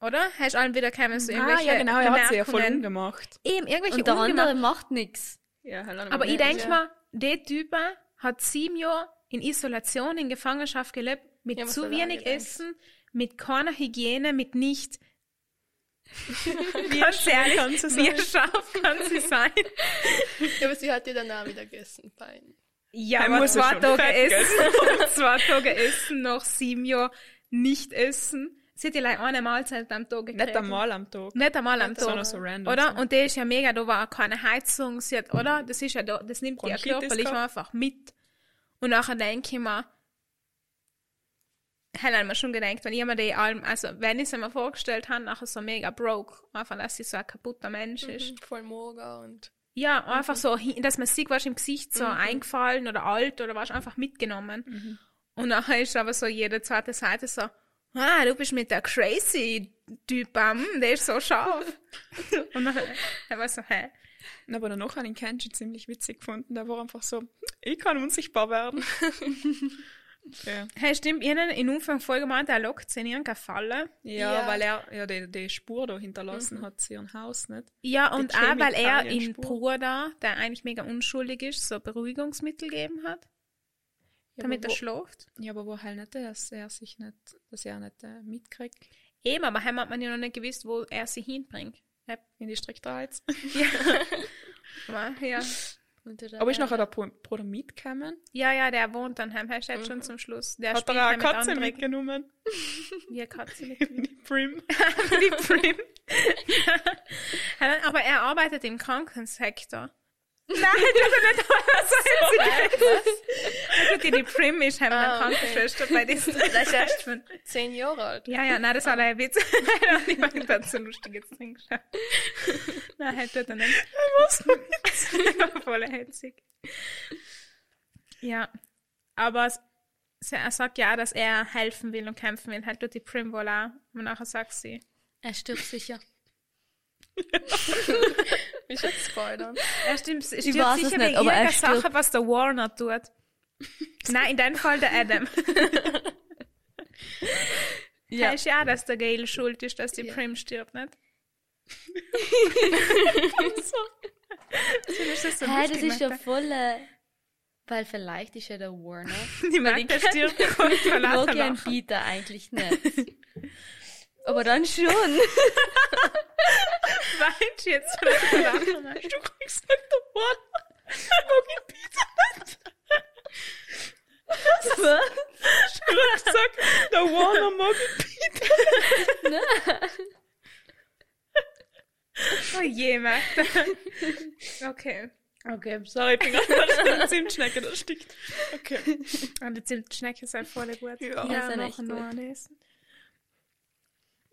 [SPEAKER 1] Oder? Hast du allen wieder gekommen, so
[SPEAKER 4] ah,
[SPEAKER 1] irgendwelche
[SPEAKER 4] ja, genau, er hat sie ja voll
[SPEAKER 1] Bemerkungen?
[SPEAKER 4] umgemacht.
[SPEAKER 1] Eben, irgendwelche
[SPEAKER 3] Und der
[SPEAKER 1] Ungemacht-
[SPEAKER 3] andere macht nichts.
[SPEAKER 4] Ja, halt
[SPEAKER 1] Aber ich denke
[SPEAKER 2] Ja.
[SPEAKER 1] mir, der Typ äh, hat sieben Jahre in Isolation, in Gefangenschaft gelebt, mit
[SPEAKER 2] Ja, was
[SPEAKER 1] zu
[SPEAKER 2] hat er
[SPEAKER 1] wenig
[SPEAKER 2] gedacht?
[SPEAKER 1] Essen, mit keiner Hygiene, mit nicht. Ganz ehrlich,
[SPEAKER 4] kann's es
[SPEAKER 1] wie scharf kann sie sein?
[SPEAKER 2] Ja, aber sie hat ja danach wieder gegessen. Bein.
[SPEAKER 1] Ja,
[SPEAKER 4] Er
[SPEAKER 1] aber
[SPEAKER 4] muss ja
[SPEAKER 1] zwei
[SPEAKER 4] schon
[SPEAKER 1] Tage
[SPEAKER 4] fett
[SPEAKER 1] essen, zwei Tage essen, nach sieben Jahren nicht essen. Sie hat ja like eine Mahlzeit am Tag gekriegt.
[SPEAKER 4] Nicht einmal am Tag.
[SPEAKER 1] Nicht einmal am
[SPEAKER 4] Sondern
[SPEAKER 1] Tag.
[SPEAKER 4] so random.
[SPEAKER 1] Oder?
[SPEAKER 4] so.
[SPEAKER 1] Und der ist ja mega, da war auch keine Heizung, sie hat, oder? Das ist ja da, das nimmt ja
[SPEAKER 4] Bronchitis
[SPEAKER 1] körperlich
[SPEAKER 4] gehabt.
[SPEAKER 1] einfach mit. Und nachher denke ich mir, hätte ich mir schon gedacht, wenn ich mir die allem, also wenn ich es mir vorgestellt habe, nachher so mega broke, einfach, dass sie so ein kaputter Mensch ist.
[SPEAKER 2] Mhm. Voll Morgen und
[SPEAKER 1] Ja, einfach so, hin- dass man sieht, was im Gesicht so eingefallen oder alt oder was einfach mitgenommen. Und nachher ist aber so jede zweite Seite so, ah, du bist mit der crazy Typ, am, der ist so scharf. Und nachher, er war so, hä?
[SPEAKER 4] Na, Aber danach habe ich Kenji ziemlich witzig gefunden. Der war einfach so, ich kann unsichtbar werden. ja.
[SPEAKER 1] Hey, stimmt, ihr habt in Umfang voll gemeint, er lockt sie in irgendeine Falle.
[SPEAKER 4] Ja,
[SPEAKER 2] Ja.
[SPEAKER 4] weil er ja die, die Spur da hinterlassen hat, sie ihren Haus nicht.
[SPEAKER 1] Ja, und auch, weil er in
[SPEAKER 4] Chemikalienspur.
[SPEAKER 1] Bruder, der eigentlich mega unschuldig ist, so Beruhigungsmittel gegeben hat, damit er
[SPEAKER 4] wo-
[SPEAKER 1] schläft.
[SPEAKER 4] Ja, aber wo halt nicht, dass er sich nicht, dass er nicht äh, mitkriegt
[SPEAKER 1] Eben, aber heim hat man ja noch nicht gewusst, wo er sie hinbringt. Ja,
[SPEAKER 4] in die Strickdreiz.
[SPEAKER 1] aber, ja.
[SPEAKER 4] Aber ist nachher der Pro- Bruder mitgekommen?
[SPEAKER 1] Ja, ja, der wohnt dann heim. Er steht schon zum Schluss. Der
[SPEAKER 4] Hat
[SPEAKER 1] spielt
[SPEAKER 4] er
[SPEAKER 1] heim
[SPEAKER 4] eine
[SPEAKER 1] mit
[SPEAKER 4] Katze
[SPEAKER 1] anderen-
[SPEAKER 4] mitgenommen?
[SPEAKER 1] Wie eine Katze mit
[SPEAKER 4] In die Prim.
[SPEAKER 1] Die Prim. Aber er arbeitet im Krankensektor. Nein, das ist nicht alles, was er Also die, die Prim ist heim
[SPEAKER 2] Ah,
[SPEAKER 1] eine
[SPEAKER 2] okay.
[SPEAKER 1] Krankenschwester bei diesem Recherchen.
[SPEAKER 2] zehn Jahre alt.
[SPEAKER 1] Ja, ja, nein, das war ein Witz. Nein, und ich meine, das ist so lustig jetzt drin geschaut. Nein, halt tut er nicht. Was? Voll hetzig. Ja, aber s- s- er sagt ja, auch, dass er helfen will und kämpfen will. Halt tut die Prim wohl auch. Und nachher sagt sie,
[SPEAKER 3] Er stirbt sicher.
[SPEAKER 2] Ich würde spoilern.
[SPEAKER 1] er stimmt, stirbt
[SPEAKER 3] Ich weiß es
[SPEAKER 1] sicher
[SPEAKER 3] nicht,
[SPEAKER 1] wegen
[SPEAKER 3] aber er
[SPEAKER 1] irgendeiner
[SPEAKER 3] stirbt.
[SPEAKER 1] Sache, was der Warner tut. Nein, in deinem Fall der Adam. ja.
[SPEAKER 3] Ja.
[SPEAKER 1] Heißt ja, auch, dass der Gail schuld ist, dass die
[SPEAKER 3] Ja.
[SPEAKER 1] Prim stirbt, nicht? so. Das ist so
[SPEAKER 3] Hä,
[SPEAKER 1] lustig
[SPEAKER 3] das ist
[SPEAKER 1] gemacht.
[SPEAKER 3] ja voll. Äh, weil vielleicht ist ja der Warner.
[SPEAKER 1] Die Magda stirbt und
[SPEAKER 3] mag ja
[SPEAKER 1] verlassen
[SPEAKER 3] einen Peter eigentlich nicht. Aber dann schon.
[SPEAKER 1] Weinst jetzt oder verlachen?
[SPEAKER 4] Du kriegst nicht den Bruder. Mag ich Pizza nicht. Du hast gesagt, der Warner mag ich
[SPEAKER 1] Oh je, Magda. Okay.
[SPEAKER 4] Okay, sorry, ich bin gerade Zimtschnecke, das stinkt. Okay.
[SPEAKER 1] Und die Zimtschnecke ist halt voll gut.
[SPEAKER 4] Ja.
[SPEAKER 3] Ja, sind
[SPEAKER 1] noch
[SPEAKER 3] echt
[SPEAKER 1] noch
[SPEAKER 3] gut.
[SPEAKER 1] eine essen.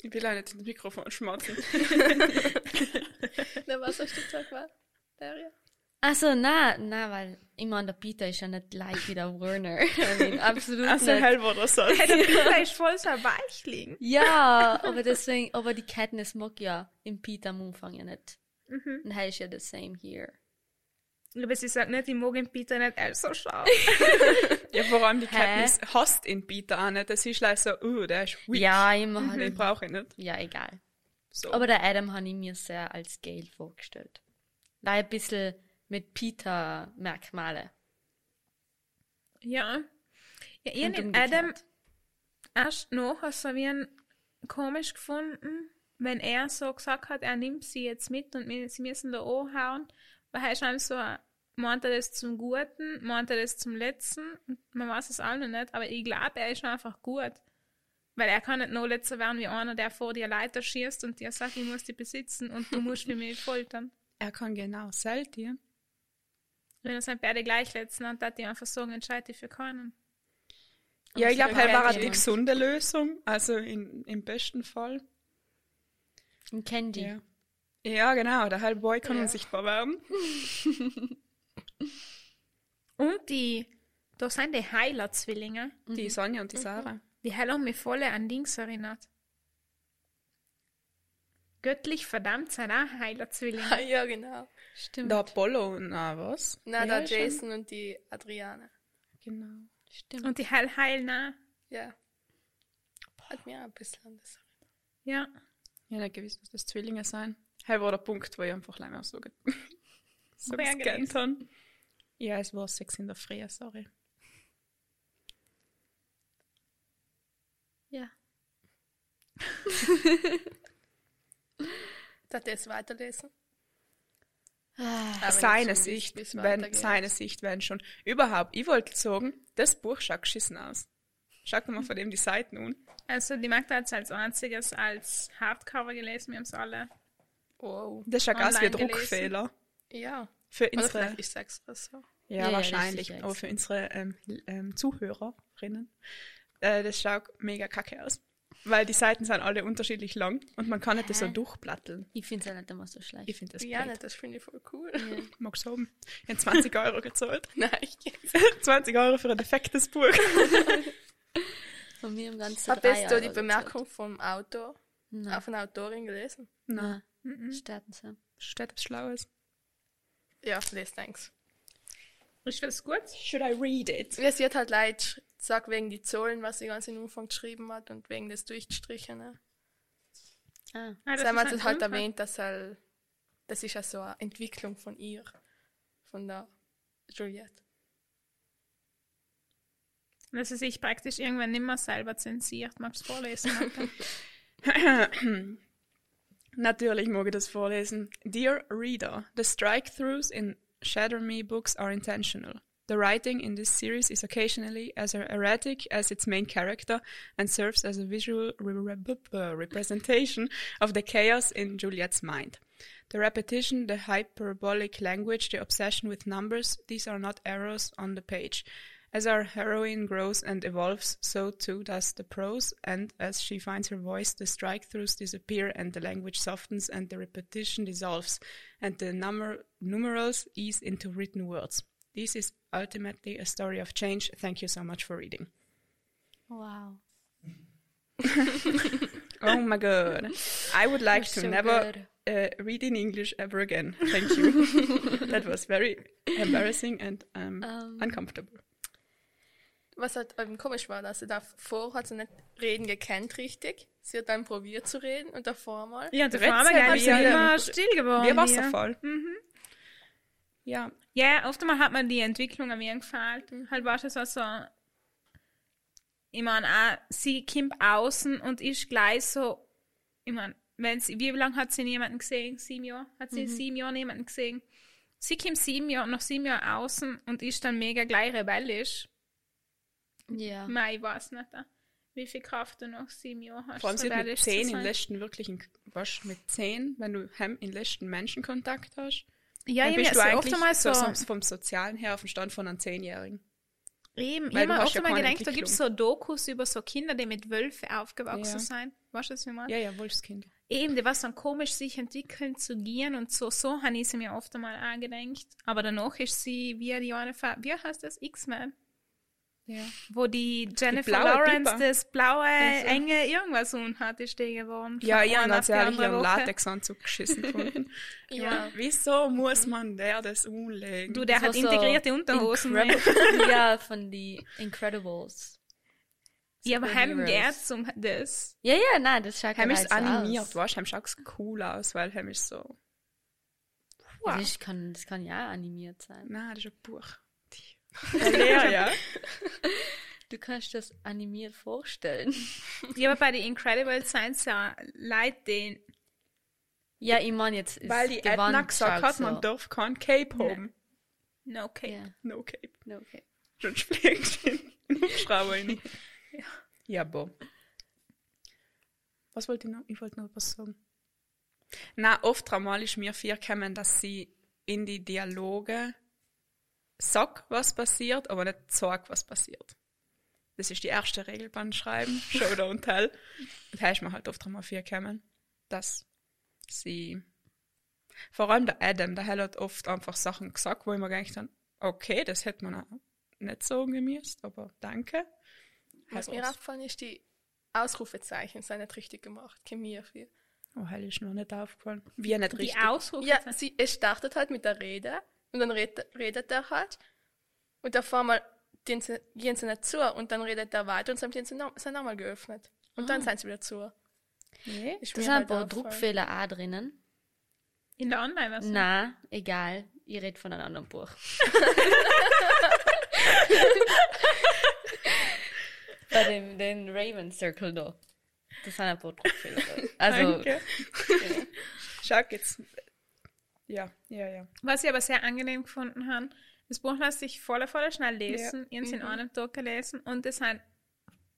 [SPEAKER 4] Ich will auch nicht ins Mikrofon schmatzen.
[SPEAKER 2] Na, was hast du gesagt, war? Daria?
[SPEAKER 3] Also, na, na, weil ich meine, der Peter ist ja nicht gleich wie der Warner. I mean, absolut
[SPEAKER 4] Also
[SPEAKER 3] nicht.
[SPEAKER 4] hell war das so.
[SPEAKER 1] Der Peter ist voll so weichling.
[SPEAKER 3] Ja, aber deswegen, aber die Katniss mag ja im Peter am Anfang ja nicht. Und er ist ja the same here.
[SPEAKER 1] Aber sie sagt nicht, ich mag den Peter nicht, er ist so scharf.
[SPEAKER 4] Ja, vor allem die
[SPEAKER 3] Hä?
[SPEAKER 4] Katniss hasst ihn Peter auch nicht. Das ist leider so, oh, der ist weak.
[SPEAKER 3] Ja, immer mhm.
[SPEAKER 4] Den brauche ich nicht.
[SPEAKER 3] Ja, egal.
[SPEAKER 4] So.
[SPEAKER 3] Aber der Adam habe ich mir sehr als Gail vorgestellt. Da ein bisschen mit Peter-Merkmale.
[SPEAKER 1] Ja. Ja, ich
[SPEAKER 3] und
[SPEAKER 1] habe
[SPEAKER 3] umgekehrt.
[SPEAKER 1] Adam erst nachher so wie ein komisch gefunden, wenn er so gesagt hat, er nimmt sie jetzt mit und wir- sie müssen da anhauen, weil er ist einem so, meint er das zum Guten, meint er das zum Letzten, man weiß es auch noch nicht, aber ich glaube, er ist einfach gut. Weil er kann nicht noch letzter werden wie einer, der vor dir Leiter schießt und dir sagt, ich muss dich besitzen und du musst für mich foltern.
[SPEAKER 4] er kann genau selten.
[SPEAKER 1] Wenn er sein Pferde gleich letzten hat, hat die einfach so entscheidet für keinen.
[SPEAKER 4] Ja, ich glaube,
[SPEAKER 3] Aber
[SPEAKER 4] hell war
[SPEAKER 3] sie
[SPEAKER 4] die
[SPEAKER 3] mag
[SPEAKER 4] gesunde Lösung. Also in, im besten Fall.
[SPEAKER 3] Und Candy.
[SPEAKER 4] Ja. Ja, genau. Der Hellboy kann
[SPEAKER 2] Ja.
[SPEAKER 4] unsichtbar werden.
[SPEAKER 1] Und die, da sind die Heiler-Zwillinge.
[SPEAKER 4] Die Sonja und die Sarah.
[SPEAKER 1] Die Helle haben mich voll an Dings erinnert. Göttlich verdammt sein auch Heiler-Zwillinge.
[SPEAKER 2] Ah, ja, genau.
[SPEAKER 3] Stimmt.
[SPEAKER 4] Der Apollo und na was?
[SPEAKER 2] Na,
[SPEAKER 4] ja,
[SPEAKER 2] der Jason und die Adriana.
[SPEAKER 4] Schon. Genau.
[SPEAKER 3] Stimmt.
[SPEAKER 1] Und die Hell heilen auch.
[SPEAKER 2] Ja. Hat mir auch ein bisschen anders.
[SPEAKER 1] Ja.
[SPEAKER 4] Ich habe nicht gewusst, was das Zwillinge sein. Hell war der Punkt, wo ich einfach leider so ge- so
[SPEAKER 1] Sehr
[SPEAKER 4] gescannt
[SPEAKER 1] gelesen.
[SPEAKER 4] haben. Ja, es war sechs in der Früh, sorry.
[SPEAKER 3] Ja.
[SPEAKER 2] Darf ich jetzt weiterlesen?
[SPEAKER 3] Ah,
[SPEAKER 2] Aber
[SPEAKER 4] seine
[SPEAKER 2] nicht so, wie's-
[SPEAKER 4] Sicht,
[SPEAKER 2] wie's
[SPEAKER 4] wenn,
[SPEAKER 2] weitergeht.
[SPEAKER 4] seine Sicht, wenn schon. Überhaupt, ich wollte sagen, das Buch schaut geschissen aus. Schaut mal von dem die Seiten an.
[SPEAKER 1] Also die Magda hat es als einziges als Hardcover gelesen, wir haben es alle.
[SPEAKER 2] Wow.
[SPEAKER 4] Das schaut aus wie ein
[SPEAKER 1] Online gelesen.
[SPEAKER 4] Druckfehler.
[SPEAKER 2] Ja.
[SPEAKER 4] Für
[SPEAKER 2] Oder
[SPEAKER 4] unsere,
[SPEAKER 2] vielleicht ist sechs oder so.
[SPEAKER 4] ja,
[SPEAKER 3] Ja, ja,
[SPEAKER 4] wahrscheinlich,
[SPEAKER 3] das ist sicher
[SPEAKER 4] aber für unsere ähm, l- ähm, Zuhörerinnen, äh, das schaut mega kacke aus. Weil die Seiten sind alle unterschiedlich lang und man kann nicht so
[SPEAKER 3] Hä?
[SPEAKER 4] durchplatteln.
[SPEAKER 3] ich finde es ja nicht immer so schlecht.
[SPEAKER 4] Ich finde das
[SPEAKER 2] Ja,
[SPEAKER 4] ja,
[SPEAKER 2] nicht, das finde ich voll cool.
[SPEAKER 4] Mag's haben. Ich habe 20 Euro gezahlt.
[SPEAKER 2] Nein, ich geht's.
[SPEAKER 4] 20 Euro für ein defektes Buch.
[SPEAKER 3] Von mir im Ganzen.
[SPEAKER 2] Hab
[SPEAKER 3] drei
[SPEAKER 2] jetzt da
[SPEAKER 3] Euro
[SPEAKER 2] die Bemerkung vom Autor,
[SPEAKER 3] gezahlt. Nein,
[SPEAKER 2] äh, von der Autorin gelesen.
[SPEAKER 3] nein.
[SPEAKER 1] Mhm.
[SPEAKER 3] Sterben sie.
[SPEAKER 4] Steht was Schlaues.
[SPEAKER 2] Ja, lest thanks.
[SPEAKER 1] Ist das gut?
[SPEAKER 4] Should I read it?
[SPEAKER 2] Ja, sie hat halt leid gesagt wegen die Zollen, was sie ganz in Umfang geschrieben hat und wegen des Durchgestrichenen.
[SPEAKER 3] Ah,
[SPEAKER 1] Ah, das
[SPEAKER 2] Sie haben
[SPEAKER 1] ist
[SPEAKER 2] halt,
[SPEAKER 1] ein
[SPEAKER 2] halt
[SPEAKER 1] Zufall.
[SPEAKER 2] erwähnt, dass halt, das ist ja so eine Entwicklung von ihr, von der Juliette.
[SPEAKER 1] Dass sie sich praktisch irgendwann nicht mehr selber zensiert. Magst du vorlesen? Magda?
[SPEAKER 4] Natürlich mag ich das vorlesen. Dear reader, the strike-throughs in Shatter Me books are intentional. The writing in this series is occasionally as erratic as its main character and serves as a visual re- re- bu- bu- representation of the chaos in Juliet's mind. The repetition, the hyperbolic language, the obsession with numbers, these are not errors on the page. As our heroine grows and evolves, so too does the prose, and as she finds her voice, the strike throughs disappear, and the language softens, and the repetition dissolves, and the number numerals ease into written words. This is ultimately a story of change. Thank you so much for reading.
[SPEAKER 3] wow.
[SPEAKER 4] Oh my god. I would like
[SPEAKER 3] That's
[SPEAKER 4] to
[SPEAKER 3] so
[SPEAKER 4] never
[SPEAKER 3] good.
[SPEAKER 4] uh, read in English ever again. Thank you. that was very embarrassing and um,
[SPEAKER 3] Um.
[SPEAKER 4] uncomfortable.
[SPEAKER 2] Was halt eben komisch war, dass sie davor hat sie nicht reden gekannt richtig. Sie hat dann probiert zu reden und davor mal.
[SPEAKER 1] Ja, und
[SPEAKER 4] Wetzel
[SPEAKER 1] davor haben wir
[SPEAKER 4] hat
[SPEAKER 1] gleich
[SPEAKER 4] ja-
[SPEAKER 1] immer still geworden.
[SPEAKER 4] Wie
[SPEAKER 1] hier.
[SPEAKER 4] Wasserfall. Mhm. Ja,
[SPEAKER 1] Ja, oftmals hat man die Entwicklung an mir gefällt. Halt war schon so, so ich meine, auch, sie kommt außen und ist gleich so, ich meine, wenn sie, wie lange hat sie jemanden gesehen? Sieben Jahre? Hat
[SPEAKER 4] Mhm.
[SPEAKER 1] sie in sieben Jahren jemanden gesehen? Sie kommt sieben Jahre, noch sieben Jahre außen und ist dann mega gleich rebellisch.
[SPEAKER 3] Ja.
[SPEAKER 1] Mei, ich weiß nicht, äh, wie viel Kraft du noch sieben Jahre hast.
[SPEAKER 4] Vor allem sind mit
[SPEAKER 1] rebellisch zu
[SPEAKER 4] zehn in
[SPEAKER 1] sein.
[SPEAKER 4] letzten wirklich in, was, mit zehn, wenn du hem in letzten Menschen Kontakt hast,
[SPEAKER 1] Ja,
[SPEAKER 4] dann
[SPEAKER 1] eben,
[SPEAKER 4] bist du
[SPEAKER 1] also
[SPEAKER 4] eigentlich
[SPEAKER 1] oftmals so,
[SPEAKER 4] so vom sozialen her auf dem Stand von einem Zehnjährigen.
[SPEAKER 1] Eben,
[SPEAKER 4] Weil
[SPEAKER 1] ich habe
[SPEAKER 4] du hast ja
[SPEAKER 1] oft mal
[SPEAKER 4] keine
[SPEAKER 1] gedacht, da gibt es so Dokus über so Kinder, die mit Wölfen aufgewachsen
[SPEAKER 4] Ja.
[SPEAKER 1] sind. Weißt du, was ich meine?
[SPEAKER 4] Ja, ja, Wolfskind.
[SPEAKER 1] Eben, die was dann komisch sich entwickeln zu gehen und so, so habe ich sie mir oft einmal angedenkt. Aber danach ist sie wie die eine, Fa- wie heißt das? X-Men.
[SPEAKER 4] Ja.
[SPEAKER 1] Wo die Jennifer
[SPEAKER 4] blaue
[SPEAKER 1] Lawrence
[SPEAKER 4] Pipa.
[SPEAKER 1] das blaue,
[SPEAKER 4] Also.
[SPEAKER 1] enge irgendwas unhat, ist die geworden.
[SPEAKER 4] Ja,
[SPEAKER 1] Von
[SPEAKER 4] ich habe
[SPEAKER 1] einer auf
[SPEAKER 4] ganz
[SPEAKER 1] die
[SPEAKER 4] ehrlich
[SPEAKER 1] andere
[SPEAKER 4] ihren
[SPEAKER 1] Woche.
[SPEAKER 4] Latexanzug geschissen gefunden.
[SPEAKER 2] Ja.
[SPEAKER 4] Wieso muss man der das umlegen?
[SPEAKER 1] Du, der
[SPEAKER 3] Das
[SPEAKER 1] hat
[SPEAKER 3] war so
[SPEAKER 1] integrierte Unterhosen.
[SPEAKER 3] Incredible-
[SPEAKER 1] mit.
[SPEAKER 3] ja, von die Incredibles.
[SPEAKER 1] Ja, aber heim
[SPEAKER 3] Superheroes.
[SPEAKER 1] geht's um das.
[SPEAKER 3] Ja, ja, nein, das schaut
[SPEAKER 4] Hem
[SPEAKER 3] halt
[SPEAKER 4] ist
[SPEAKER 3] so
[SPEAKER 4] animiert,
[SPEAKER 3] aus.
[SPEAKER 4] weißt du, Hem schaut cool aus, weil Hem ist so,
[SPEAKER 3] Also ich kann, das kann ja auch animiert sein.
[SPEAKER 4] na, das ist ein Buch. Ja, ja.
[SPEAKER 3] Du kannst das animiert vorstellen.
[SPEAKER 1] Ja, aber bei den Incredible Science ja Leute, den
[SPEAKER 3] Ja, ich meine jetzt ist
[SPEAKER 4] Weil die Edna gesagt hat, man darf kein Cape haben.
[SPEAKER 1] No Cape.
[SPEAKER 3] Ja,
[SPEAKER 4] No Cape.
[SPEAKER 3] okay.
[SPEAKER 4] Schon schlägt in den Hubschrauber rein. Ja, boah. Was wollte ich noch? Ich wollte noch was sagen. Na, oft einmal ist mir vier kommen, dass sie in die Dialoge sag, was passiert, aber nicht sag, was passiert. Das ist die erste Regel beim Schreiben, Show, don't tell. Und da ist mir halt oft einmal vier kommen, dass sie vor allem der Adam, der Hell hat oft einfach Sachen gesagt, wo ich mir gedacht habe, okay, das hätte man auch nicht sagen müssen, aber danke.
[SPEAKER 2] Was
[SPEAKER 4] Halt
[SPEAKER 2] mir
[SPEAKER 4] aus.
[SPEAKER 2] auffallen ist, die Ausrufezeichen sind nicht richtig gemacht. Chemie viel.
[SPEAKER 4] Oh, Hell ist noch nicht aufgefallen. Wir nicht
[SPEAKER 1] Die
[SPEAKER 4] richtig.
[SPEAKER 1] Ausrufezeichen.
[SPEAKER 2] Ja, sie, es startet halt mit der Rede und dann redet, redet er halt und davor mal den, sie- gehen sie nicht zu und dann redet er weiter und dann haben sie noch- sind nochmal geöffnet. Und dann sind sie wieder zu.
[SPEAKER 4] Nee.
[SPEAKER 2] Ist
[SPEAKER 3] Da
[SPEAKER 2] mir halt
[SPEAKER 3] sind ein paar
[SPEAKER 2] aufgefallen.
[SPEAKER 3] Druckfehler auch drinnen.
[SPEAKER 1] In der Online-Version.
[SPEAKER 3] Na, egal. Ich rede von einem anderen Buch. Bei dem den Raven Circle da. Das sind ein paar Druckfehler. Also,
[SPEAKER 4] Danke. Schau jetzt. Ja, ja, ja.
[SPEAKER 1] Was ich aber sehr angenehm gefunden habe, das Buch lässt sich voll, voll schnell lesen. Ich habe es in einem Tag gelesen und es sind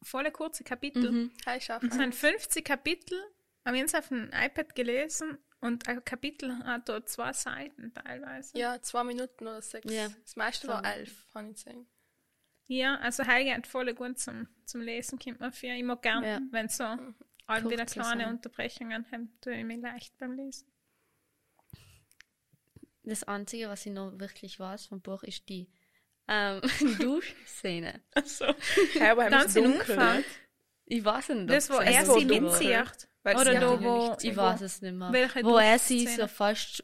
[SPEAKER 1] voll kurze Kapitel.
[SPEAKER 3] Mhm.
[SPEAKER 2] Hi, Schaf.
[SPEAKER 1] Es sind 50 Kapitel, haben wir auf dem iPad gelesen und ein Kapitel hat dort zwei Seiten teilweise.
[SPEAKER 2] Ja, zwei Minuten oder sechs.
[SPEAKER 3] Ja.
[SPEAKER 2] Das meiste war
[SPEAKER 3] Zwei
[SPEAKER 2] elf, habe ich gesehen.
[SPEAKER 1] Ja, also Heige hat voll gut zum, zum Lesen, kommt man für. Ich mag gern,
[SPEAKER 3] Ja.
[SPEAKER 1] wenn so all wieder
[SPEAKER 3] Kurze
[SPEAKER 1] kleine
[SPEAKER 3] sind.
[SPEAKER 1] Unterbrechungen haben, tue ich mir leicht beim Lesen.
[SPEAKER 3] das Einzige, was ich noch wirklich weiß vom Buch, ist die ähm, Duschszene.
[SPEAKER 4] Also, hey, aber
[SPEAKER 1] Ganz in Umfang.
[SPEAKER 3] Ich weiß nicht. ob
[SPEAKER 1] Das, wo
[SPEAKER 3] es
[SPEAKER 1] er
[SPEAKER 3] Also so
[SPEAKER 1] sie
[SPEAKER 3] dunkel
[SPEAKER 1] mitzieht.
[SPEAKER 4] Weil sie
[SPEAKER 1] Oder
[SPEAKER 4] hat
[SPEAKER 1] da,
[SPEAKER 4] ihn ja
[SPEAKER 1] wo.
[SPEAKER 3] Ich weiß es nicht mehr.
[SPEAKER 1] Welche
[SPEAKER 3] Wo er sie
[SPEAKER 1] Duschszene?
[SPEAKER 3] so fast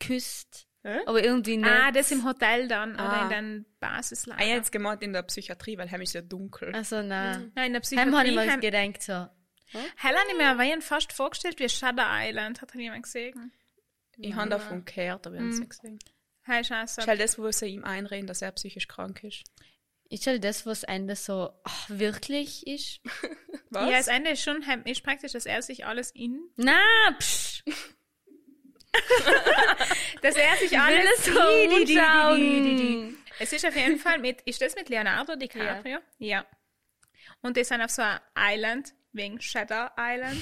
[SPEAKER 3] küsst.
[SPEAKER 4] Hä?
[SPEAKER 3] Aber irgendwie nicht.
[SPEAKER 1] Ah, das im Hotel dann oder
[SPEAKER 4] Ah.
[SPEAKER 1] in den Basislager.
[SPEAKER 4] Ah, ja, jetzt gemeint in der Psychiatrie, weil heim ist ja dunkel.
[SPEAKER 3] Also, nein.
[SPEAKER 1] Nein, in der
[SPEAKER 3] Heim habe ich mir
[SPEAKER 1] Psychiatrie.
[SPEAKER 3] gedacht, so.
[SPEAKER 1] Helen hat mir Wein fast vorgestellt wie Shutter Island, hat er jemand gesehen.
[SPEAKER 4] Ich habe davon gehört, aber ich habe es nicht gesehen.
[SPEAKER 1] Hey, scheiße.
[SPEAKER 4] Schau, das, wo sie ihm einreden, dass er psychisch krank ist.
[SPEAKER 3] Ist halt das, was Ende so ach, wirklich ist?
[SPEAKER 4] Was?
[SPEAKER 1] Ja, das Ende ist schon heim, ist praktisch, dass er sich alles in.
[SPEAKER 3] Na, psch,
[SPEAKER 1] Dass er sich alles
[SPEAKER 3] so anschauen.
[SPEAKER 1] Es ist auf jeden Fall mit. Ist das mit Leonardo DiCaprio? Ja. Und die sind auf so einer Island wegen Shutter Island.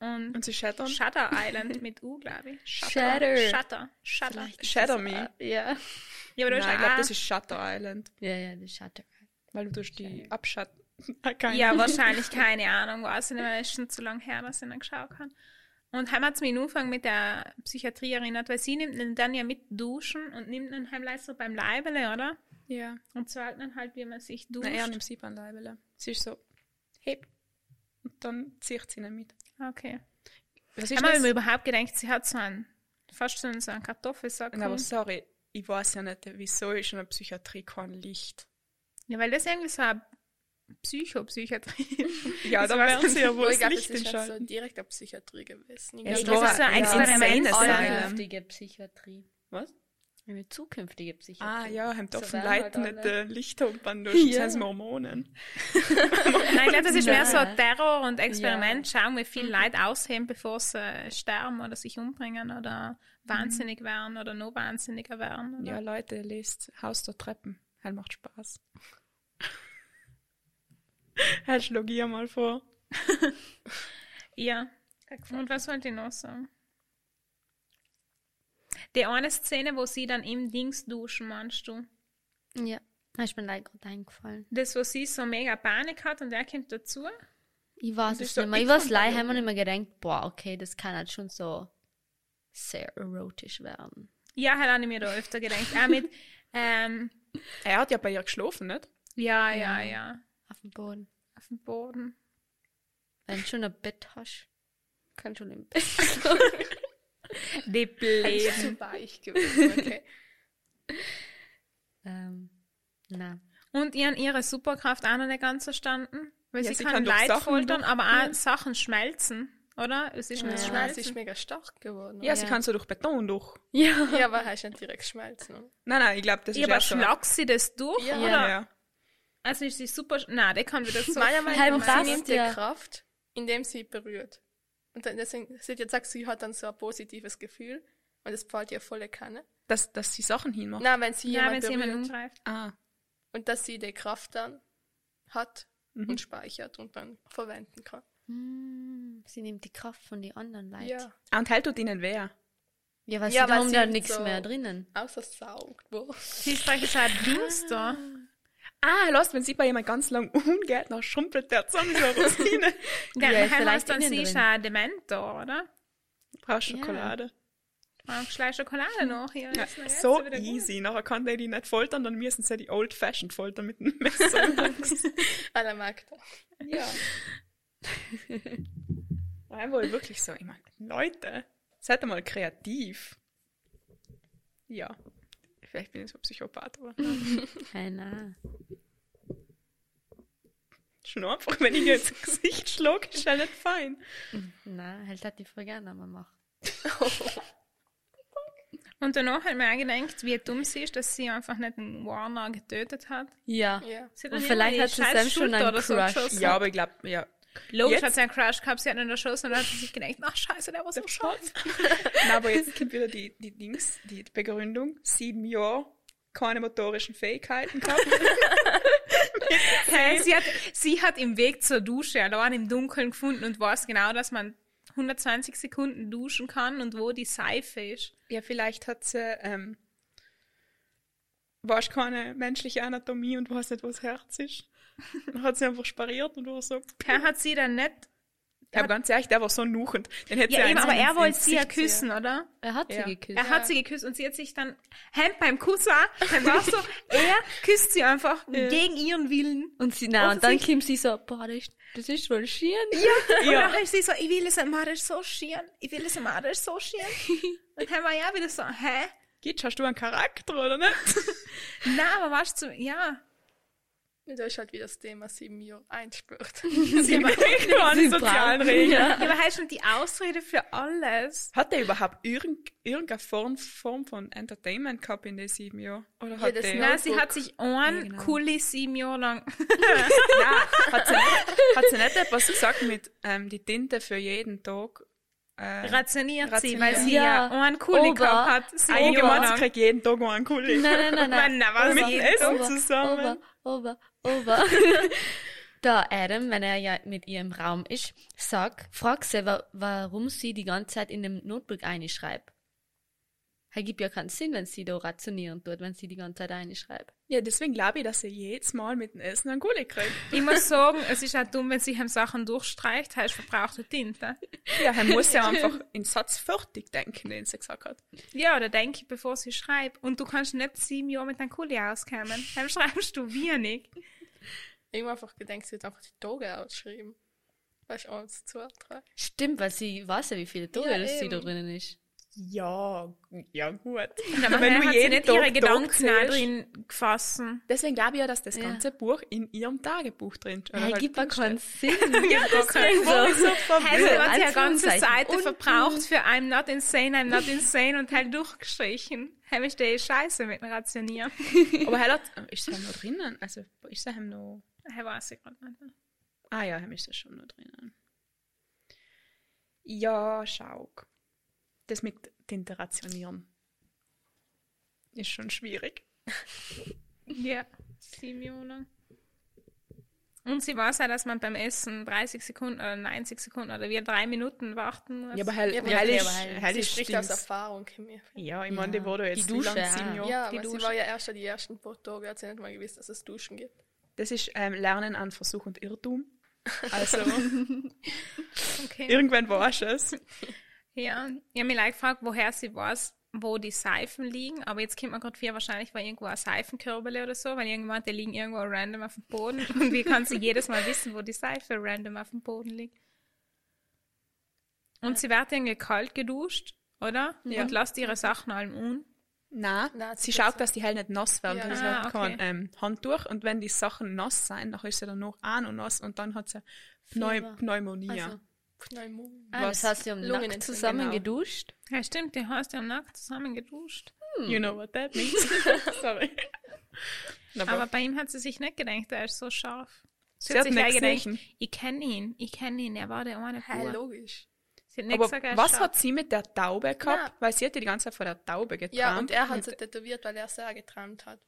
[SPEAKER 1] Und
[SPEAKER 4] Und sie scheitern?
[SPEAKER 1] Shutter Island mit U, glaube ich.
[SPEAKER 3] Shatter.
[SPEAKER 1] Shutter. Shutter.
[SPEAKER 4] Shatter Me.
[SPEAKER 3] Ja.
[SPEAKER 1] Ja, aber du
[SPEAKER 4] Nein, ich
[SPEAKER 1] hast
[SPEAKER 4] glaube,
[SPEAKER 1] auch-
[SPEAKER 4] das ist Shutter Island.
[SPEAKER 3] Ja, ja, das Shatter.
[SPEAKER 4] Weil du durch die Abschatten. Ah, keine
[SPEAKER 1] Ja,
[SPEAKER 4] Ahnung.
[SPEAKER 1] wahrscheinlich, keine Ahnung. Weiß ich nicht mehr, ist schon zu lange her, dass ich ihn geschaut habe. Und heim hat es mich im Anfang mit der Psychiatrie erinnert, weil sie nimmt ihn dann ja mit duschen und nimmt ihn heimlich so beim Leibele, oder?
[SPEAKER 4] Ja.
[SPEAKER 1] Und zeigt ihn halt, wie man sich duscht.
[SPEAKER 4] Nein, er nimmt sie beim Leibele. Sie ist so, heb. Und dann zieht sie ihn mit.
[SPEAKER 1] okay.
[SPEAKER 4] Was
[SPEAKER 1] Ich habe mir überhaupt gedacht, sie hat so einen, fast schon so einen Kartoffelsack.
[SPEAKER 4] Nein, aber
[SPEAKER 1] um.
[SPEAKER 4] sorry, ich weiß ja nicht, wieso ist in der Psychiatrie kein Licht?
[SPEAKER 1] Ja, weil das irgendwie so eine Psycho-Psychiatrie ist.
[SPEAKER 4] Ja,
[SPEAKER 1] Das
[SPEAKER 4] da
[SPEAKER 1] weiß
[SPEAKER 4] werden sie ja
[SPEAKER 1] man
[SPEAKER 4] wohl
[SPEAKER 2] Aber
[SPEAKER 4] das
[SPEAKER 2] ich glaube,
[SPEAKER 4] Licht
[SPEAKER 2] das ist halt so
[SPEAKER 4] entscheiden.
[SPEAKER 2] direkt eine Psychiatrie gewesen. Ich
[SPEAKER 4] Ja, es
[SPEAKER 2] glaub,
[SPEAKER 4] war
[SPEAKER 1] so ein
[SPEAKER 4] ja,
[SPEAKER 1] Experiment
[SPEAKER 4] insanes
[SPEAKER 1] sein.
[SPEAKER 4] Asylum.
[SPEAKER 3] Zukünftige Psychiatrie.
[SPEAKER 4] Was?
[SPEAKER 3] Eine zukünftige
[SPEAKER 4] Ah
[SPEAKER 3] Psychiatrie.
[SPEAKER 4] ja, haben
[SPEAKER 3] So
[SPEAKER 4] dürfen
[SPEAKER 3] werden halt
[SPEAKER 4] Leute nicht
[SPEAKER 3] alle-
[SPEAKER 4] äh, Lichter und dann durch
[SPEAKER 3] Ja.
[SPEAKER 4] ja. Mormonen.
[SPEAKER 1] Nein, ich glaube, das ist mehr so
[SPEAKER 3] Nein.
[SPEAKER 1] Terror und Experiment. Schauen, wie viel Leute ausheben, bevor sie äh, sterben oder sich umbringen oder wahnsinnig werden oder noch wahnsinniger werden. Oder?
[SPEAKER 4] Ja, Leute, lest Haus der Treppen. Halt macht Spaß. Halt schlug ihr mal vor.
[SPEAKER 1] Ja. Und was wollte ich noch sagen? Die eine Szene, wo sie dann im Dings duschen, meinst du?
[SPEAKER 3] Ja. Da ist mir leider gerade eingefallen.
[SPEAKER 1] Das, wo sie so mega Panik hat und er kommt dazu?
[SPEAKER 3] Ich weiß
[SPEAKER 4] Das
[SPEAKER 3] es
[SPEAKER 4] ist so
[SPEAKER 3] nicht mehr. Ich
[SPEAKER 4] ich
[SPEAKER 3] weiß
[SPEAKER 4] fand
[SPEAKER 3] leider,
[SPEAKER 4] das-
[SPEAKER 3] haben wir nicht mehr gedacht, boah, okay, das kann halt schon so sehr erotisch werden.
[SPEAKER 1] Ja, halt habe ich mir da öfter gedacht. Auch mit, ähm,
[SPEAKER 4] Er hat ja bei ihr geschlafen, nicht?
[SPEAKER 1] ja,
[SPEAKER 3] Ja.
[SPEAKER 1] ja, ja,
[SPEAKER 3] Auf dem Boden.
[SPEAKER 1] auf dem Boden.
[SPEAKER 3] Wenn du schon ein Bett hast, kann schon im Bett.
[SPEAKER 1] Die
[SPEAKER 2] das
[SPEAKER 1] Blöden.
[SPEAKER 2] ist zu weich gewesen, okay.
[SPEAKER 3] ähm, na.
[SPEAKER 1] Und ihren ihre Superkraft auch noch nicht ganz verstanden. Weil
[SPEAKER 4] Ja,
[SPEAKER 1] sie,
[SPEAKER 4] sie
[SPEAKER 1] kann,
[SPEAKER 4] kann durch
[SPEAKER 1] Leid
[SPEAKER 4] Sachen
[SPEAKER 1] foltern,
[SPEAKER 4] durch-
[SPEAKER 1] aber auch Sachen schmelzen, oder? Es ist
[SPEAKER 3] Ja.
[SPEAKER 1] nicht
[SPEAKER 3] Ja,
[SPEAKER 2] Schmalz
[SPEAKER 1] schmelzen.
[SPEAKER 2] ist mega stark geworden.
[SPEAKER 4] Ja,
[SPEAKER 2] oder?
[SPEAKER 4] sie
[SPEAKER 3] Ja.
[SPEAKER 4] kann so durch Beton durch.
[SPEAKER 3] Ja.
[SPEAKER 2] Ja, aber heißt nicht direkt Schmalz. Ne?
[SPEAKER 4] Nein, nein, ich glaube, das
[SPEAKER 1] Ja,
[SPEAKER 4] ist
[SPEAKER 1] aber
[SPEAKER 4] erst so-
[SPEAKER 1] schlagt sie das durch?
[SPEAKER 2] Ja.
[SPEAKER 1] Oder?
[SPEAKER 4] Ja.
[SPEAKER 1] Also ist sie super. Nein, der kann wieder so.
[SPEAKER 2] Meiner Meinung nach,
[SPEAKER 3] passt
[SPEAKER 2] sie nimmt
[SPEAKER 3] ja.
[SPEAKER 2] die Kraft, indem sie berührt. Und dann, deswegen, sie hat jetzt gesagt, sie hat dann so ein positives Gefühl und es fällt ihr volle Kanne.
[SPEAKER 4] Dass, dass sie Sachen hinmacht.
[SPEAKER 2] Nein, wenn sie
[SPEAKER 1] ja, wenn
[SPEAKER 2] jemand
[SPEAKER 1] sie jemanden
[SPEAKER 2] berührt.
[SPEAKER 1] umgreift.
[SPEAKER 4] Ah.
[SPEAKER 2] Und dass sie die Kraft dann hat
[SPEAKER 4] Mhm.
[SPEAKER 2] und speichert und dann verwenden kann.
[SPEAKER 5] Hm,
[SPEAKER 3] Mm, Sie nimmt die Kraft von den anderen Leuten.
[SPEAKER 2] Ja,
[SPEAKER 4] Ah, Und halt tut ihnen wer.
[SPEAKER 3] Ja, weil
[SPEAKER 2] Ja,
[SPEAKER 3] sie
[SPEAKER 2] weil
[SPEAKER 3] haben
[SPEAKER 2] sie
[SPEAKER 3] da
[SPEAKER 5] halt
[SPEAKER 2] nicht
[SPEAKER 3] nichts
[SPEAKER 2] so-
[SPEAKER 3] mehr drinnen.
[SPEAKER 2] außer saugt. Wo.
[SPEAKER 1] Sie ist praktisch auch ein Dings da.
[SPEAKER 4] Ah, los, wenn sie bei jemand ganz lang umgeht, dann schrumpelt der zusammen so eine Rosine.
[SPEAKER 1] Ja,
[SPEAKER 3] Ja, ist
[SPEAKER 1] ja,
[SPEAKER 3] vielleicht
[SPEAKER 1] dann
[SPEAKER 3] innen
[SPEAKER 1] sie ist
[SPEAKER 3] drin.
[SPEAKER 1] auch ein Dementor, oder?
[SPEAKER 4] Brauchst Schokolade.
[SPEAKER 1] Brauchst gleich Schokolade noch. Ja, ist noch jetzt
[SPEAKER 4] So
[SPEAKER 1] wieder gut.
[SPEAKER 4] easy. Nachher kann der die nicht foltern, dann müssen sie die Old Fashioned foltern mit dem Messer. und Axt.
[SPEAKER 2] Alle mag das.
[SPEAKER 4] ja. Nein, wohl wirklich so. Ich meine, Leute, seid doch mal kreativ. Ja. Vielleicht bin ich so Psychopath, aber
[SPEAKER 3] Hey, na.
[SPEAKER 4] schon einfach, wenn ich ihr ins Gesicht schlug, ist ja nicht fein.
[SPEAKER 3] Na, halt hat die voll gerne mal gemacht.
[SPEAKER 1] Und danach hat mir auch gedacht, wie dumm sie ist, dass sie einfach nicht den Warner getötet hat.
[SPEAKER 5] Ja.
[SPEAKER 2] Ja.
[SPEAKER 1] Sie
[SPEAKER 5] Und
[SPEAKER 1] dann
[SPEAKER 5] vielleicht
[SPEAKER 1] irgendwie
[SPEAKER 5] hat sie
[SPEAKER 1] scheiß
[SPEAKER 5] Sam schon
[SPEAKER 1] Shooter
[SPEAKER 5] einen
[SPEAKER 1] oder so
[SPEAKER 5] Crush.
[SPEAKER 1] geschossen.
[SPEAKER 4] Ja, aber ich glaube, ja.
[SPEAKER 1] Logisch
[SPEAKER 4] Jetzt-
[SPEAKER 1] hat sie einen Crush gehabt, sie hat ihn erschossen und dann hat sie sich gedacht, ach scheiße, der war so scheiße.
[SPEAKER 4] Nein, aber jetzt kommt wieder die, die Dings, die Begründung. Sieben Jahre, keine motorischen Fähigkeiten gehabt.
[SPEAKER 1] Hä? sie, hat, sie hat im Weg zur Dusche allein im Dunkeln gefunden und weiß genau, dass man 120 Sekunden duschen kann und wo die Seife ist.
[SPEAKER 4] ja, vielleicht hat sie, ähm, weißt keine menschliche Anatomie und weiß nicht, was das Herz ist. Dann hat sie einfach spariert und war so.
[SPEAKER 1] Herr hat sie dann nicht.
[SPEAKER 4] Ja, aber ganz ehrlich, der war so nuchend. Den hätte
[SPEAKER 1] Ja,
[SPEAKER 4] sie
[SPEAKER 1] eben,
[SPEAKER 4] eins
[SPEAKER 1] aber er
[SPEAKER 4] ins
[SPEAKER 1] wollte sie ja
[SPEAKER 4] Gesicht ziehen.
[SPEAKER 1] küssen, oder?
[SPEAKER 5] Er hat sie
[SPEAKER 4] Ja.
[SPEAKER 5] geküsst.
[SPEAKER 1] Er hat sie geküsst und sie hat sich dann Hemd beim Kuss auch, dann war so, er küsst sie einfach gegen ihren Willen.
[SPEAKER 5] Und, sie, nein, und dann kommt sie so, boah, das ist, das ist wohl schön.
[SPEAKER 1] Und dann ist sie so, ich will es am Marder so schieren, ich will es am Marder so schieren. Und dann war ja wieder so, hä?
[SPEAKER 4] Gitsch, hast du einen Charakter, oder nicht?
[SPEAKER 1] Nein, aber weißt du, ja.
[SPEAKER 2] Da ist halt wieder das Thema sieben Jahre einspürt.
[SPEAKER 4] Sie war Genau, die sozialen Regeln.
[SPEAKER 5] Ja.
[SPEAKER 1] Aber heißt schon die Ausrede für alles.
[SPEAKER 4] Hat er überhaupt irgend, irgendeine Form, Form von Entertainment gehabt in den sieben Jahren? Oder hat
[SPEAKER 2] das
[SPEAKER 4] er-
[SPEAKER 1] Nein, sie hat sich ein
[SPEAKER 4] genau.
[SPEAKER 1] Kuli sieben Jahre lang.
[SPEAKER 4] Nein, hat sie nicht, hat sie nicht etwas gesagt mit ähm, die Tinte für jeden Tag? Äh,
[SPEAKER 1] Rationiert, sie,
[SPEAKER 4] Rationiert.
[SPEAKER 1] weil sie ja,
[SPEAKER 5] Ja.
[SPEAKER 1] ein Kuli
[SPEAKER 5] Ober.
[SPEAKER 1] gehabt hat.
[SPEAKER 4] ein
[SPEAKER 1] Sieben Jahre
[SPEAKER 4] Mann, sie
[SPEAKER 1] lang.
[SPEAKER 4] kriegt jeden Tag einen Kuli.
[SPEAKER 5] Nein, nein, nein,
[SPEAKER 1] Mann,
[SPEAKER 5] nein.
[SPEAKER 1] da war
[SPEAKER 4] Mit dem
[SPEAKER 1] sie
[SPEAKER 4] Essen
[SPEAKER 5] Ober,
[SPEAKER 4] zusammen.
[SPEAKER 5] Ober, ober, ober. da Adam, wenn er ja mit ihr im Raum ist, sag, frag sie, wa warum sie die ganze Zeit in dem Notebook einschreibt. Er gibt ja keinen Sinn, wenn sie da rationieren tut, wenn sie die ganze Zeit einschreibt.
[SPEAKER 4] Ja, deswegen glaube ich, dass er jedes Mal mit dem Essen einen Kuli kriegt.
[SPEAKER 1] Ich muss sagen, es ist auch dumm, wenn sich am Sachen durchstreicht, heißt verbrauchte Tinte.
[SPEAKER 4] Ja, er muss ja einfach in Satz fertig denken, den sie gesagt hat.
[SPEAKER 1] Ja, oder denke, bevor sie schreibt. Und du kannst nicht sieben Jahre mit einem Kuli auskommen. Dann schreibst du wenig.
[SPEAKER 2] Irgendwann einfach gedenkt, sie hat einfach die Tage ausgeschrieben. Weißt du, eins, zwei, drei.
[SPEAKER 5] Stimmt, weil sie weiß ja, wie viele Tage
[SPEAKER 2] Ja,
[SPEAKER 5] sie da
[SPEAKER 2] eben.
[SPEAKER 5] drinnen ist.
[SPEAKER 4] Ja, ja gut.
[SPEAKER 1] Aber
[SPEAKER 4] Wenn
[SPEAKER 1] Wenn
[SPEAKER 4] du
[SPEAKER 1] hat sie
[SPEAKER 4] jeden
[SPEAKER 1] nicht
[SPEAKER 4] Tag
[SPEAKER 1] ihre
[SPEAKER 4] Tag
[SPEAKER 1] Gedanken auch
[SPEAKER 4] zählst.
[SPEAKER 1] drin gefassen.
[SPEAKER 4] Deswegen glaube ich ja, dass das
[SPEAKER 5] Ja.
[SPEAKER 4] ganze Buch in ihrem Tagebuch drin ist.
[SPEAKER 5] Er gibt ja keinen Sinn.
[SPEAKER 4] Deswegen war ich so
[SPEAKER 1] Hey, sie
[SPEAKER 4] verwirrt.
[SPEAKER 1] hat ja ganze
[SPEAKER 5] Anführungszeichen.
[SPEAKER 1] Seite
[SPEAKER 5] Unten.
[SPEAKER 1] verbraucht für I'm not insane, I'm not insane und halt durchgestrichen. Hey, ich stehe scheiße mit dem Rationieren.
[SPEAKER 4] Aber er hat, ist er noch drinnen? Also, ist er noch...
[SPEAKER 1] Hey, weiß ich gerade nicht.
[SPEAKER 4] Ah ja, Hemm ist das schon noch drinnen. Ja, schau. Das mit Tinte rationieren ist schon schwierig.
[SPEAKER 1] Ja, sieben Jahre lang. Und sie weiß ja, dass man beim Essen 30 Sekunden oder 90 Sekunden oder wir drei Minuten warten muss.
[SPEAKER 4] Ja, aber hell,
[SPEAKER 2] Ja, aber
[SPEAKER 4] hell
[SPEAKER 5] okay,
[SPEAKER 4] ist,
[SPEAKER 5] aber hell-
[SPEAKER 4] hell
[SPEAKER 2] Sie
[SPEAKER 4] ist
[SPEAKER 2] spricht aus
[SPEAKER 4] das-
[SPEAKER 2] Erfahrung, Kimi.
[SPEAKER 4] Ja, ich meine, die
[SPEAKER 5] Ja.
[SPEAKER 4] wurde
[SPEAKER 5] Die
[SPEAKER 4] jetzt
[SPEAKER 5] Dusche,
[SPEAKER 4] lang sieben
[SPEAKER 5] ah.
[SPEAKER 4] Jahre.
[SPEAKER 2] Ja,
[SPEAKER 1] die
[SPEAKER 2] weil sie
[SPEAKER 1] Dusche.
[SPEAKER 2] war ja erst die ersten paar Tage, hat sie nicht mal gewusst, dass es Duschen gibt.
[SPEAKER 4] Das ist ähm, Lernen an Versuch und Irrtum. Also, halt
[SPEAKER 1] okay.
[SPEAKER 4] irgendwann war es es.
[SPEAKER 1] Ja, ich habe mich leider gefragt, woher sie weiß, wo die Seifen liegen, aber jetzt kommt man gerade vor, wahrscheinlich war irgendwo ein Seifenkörbele oder so, weil irgendwann die liegen irgendwo random auf dem Boden und wie kann sie jedes Mal wissen, wo die Seife random auf dem Boden liegt? Und sie wird irgendwie kalt geduscht, oder?
[SPEAKER 4] Ja.
[SPEAKER 1] Und lässt ihre Sachen allem un.
[SPEAKER 4] Nein,
[SPEAKER 2] Nein,
[SPEAKER 4] sie
[SPEAKER 2] sie
[SPEAKER 4] schaut, dass die Hell nicht nass werden.
[SPEAKER 2] Ja.
[SPEAKER 4] Ja. Sie
[SPEAKER 1] Ah,
[SPEAKER 4] hat
[SPEAKER 1] okay.
[SPEAKER 4] kein ähm, Handtuch und wenn die Sachen nass sind, dann ist sie dann noch auch noch nass und dann hat sie Pneu
[SPEAKER 5] Fieber.
[SPEAKER 4] Pneumonie.
[SPEAKER 5] Also,
[SPEAKER 2] Pneumonie.
[SPEAKER 5] ah, das
[SPEAKER 4] Was?
[SPEAKER 5] hast du am
[SPEAKER 2] Lungenentzündung,
[SPEAKER 5] Nackt zusammen
[SPEAKER 4] genau.
[SPEAKER 5] geduscht.
[SPEAKER 1] Ja, stimmt, die hast ja am Nackt zusammen geduscht.
[SPEAKER 4] You know what that means. Hm. Sorry. Aber,
[SPEAKER 1] Aber bei ihm hat sie sich nicht gedacht, er ist so scharf. Sie, hat
[SPEAKER 4] Sie hat
[SPEAKER 1] sich
[SPEAKER 4] nicht
[SPEAKER 1] eher gedacht,
[SPEAKER 4] gesehen.
[SPEAKER 1] ich kenne ihn, ich kenne ihn, er war der eine
[SPEAKER 2] Hey,
[SPEAKER 1] Bauer.
[SPEAKER 2] logisch.
[SPEAKER 1] Sie hat nicht
[SPEAKER 4] aber
[SPEAKER 1] gesagt, er ist
[SPEAKER 4] was
[SPEAKER 1] scharf.
[SPEAKER 4] hat sie mit der Taube gehabt?
[SPEAKER 2] Na.
[SPEAKER 4] Weil sie hat ja die ganze Zeit von der Taube geträumt.
[SPEAKER 2] Ja, und er hat sie tätowiert, weil er sehr geträumt hat.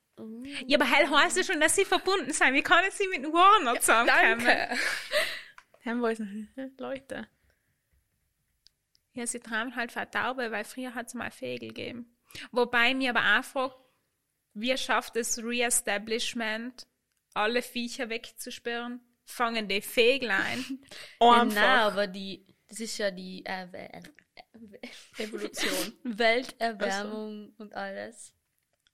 [SPEAKER 1] Ja, aber hell heißt ja schon, dass sie verbunden sind. Wie kann sie mit Warner zusammenkommen?
[SPEAKER 2] Danke.
[SPEAKER 4] Haben wir uns- Leute.
[SPEAKER 1] Ja, sie träumen halt von einer Taube, weil früher hat es mal Vögel gegeben. Wobei ich mir aber auch frage, wie schafft es Reestablishment, alle Viecher wegzusperren? Fangen die Vögel ein?
[SPEAKER 3] Genau.
[SPEAKER 5] Ja, nein,
[SPEAKER 4] Einfach.
[SPEAKER 5] Genau, aber die, das ist ja die äh, Wel-
[SPEAKER 2] Evolution.
[SPEAKER 5] Welterwärmung und alles.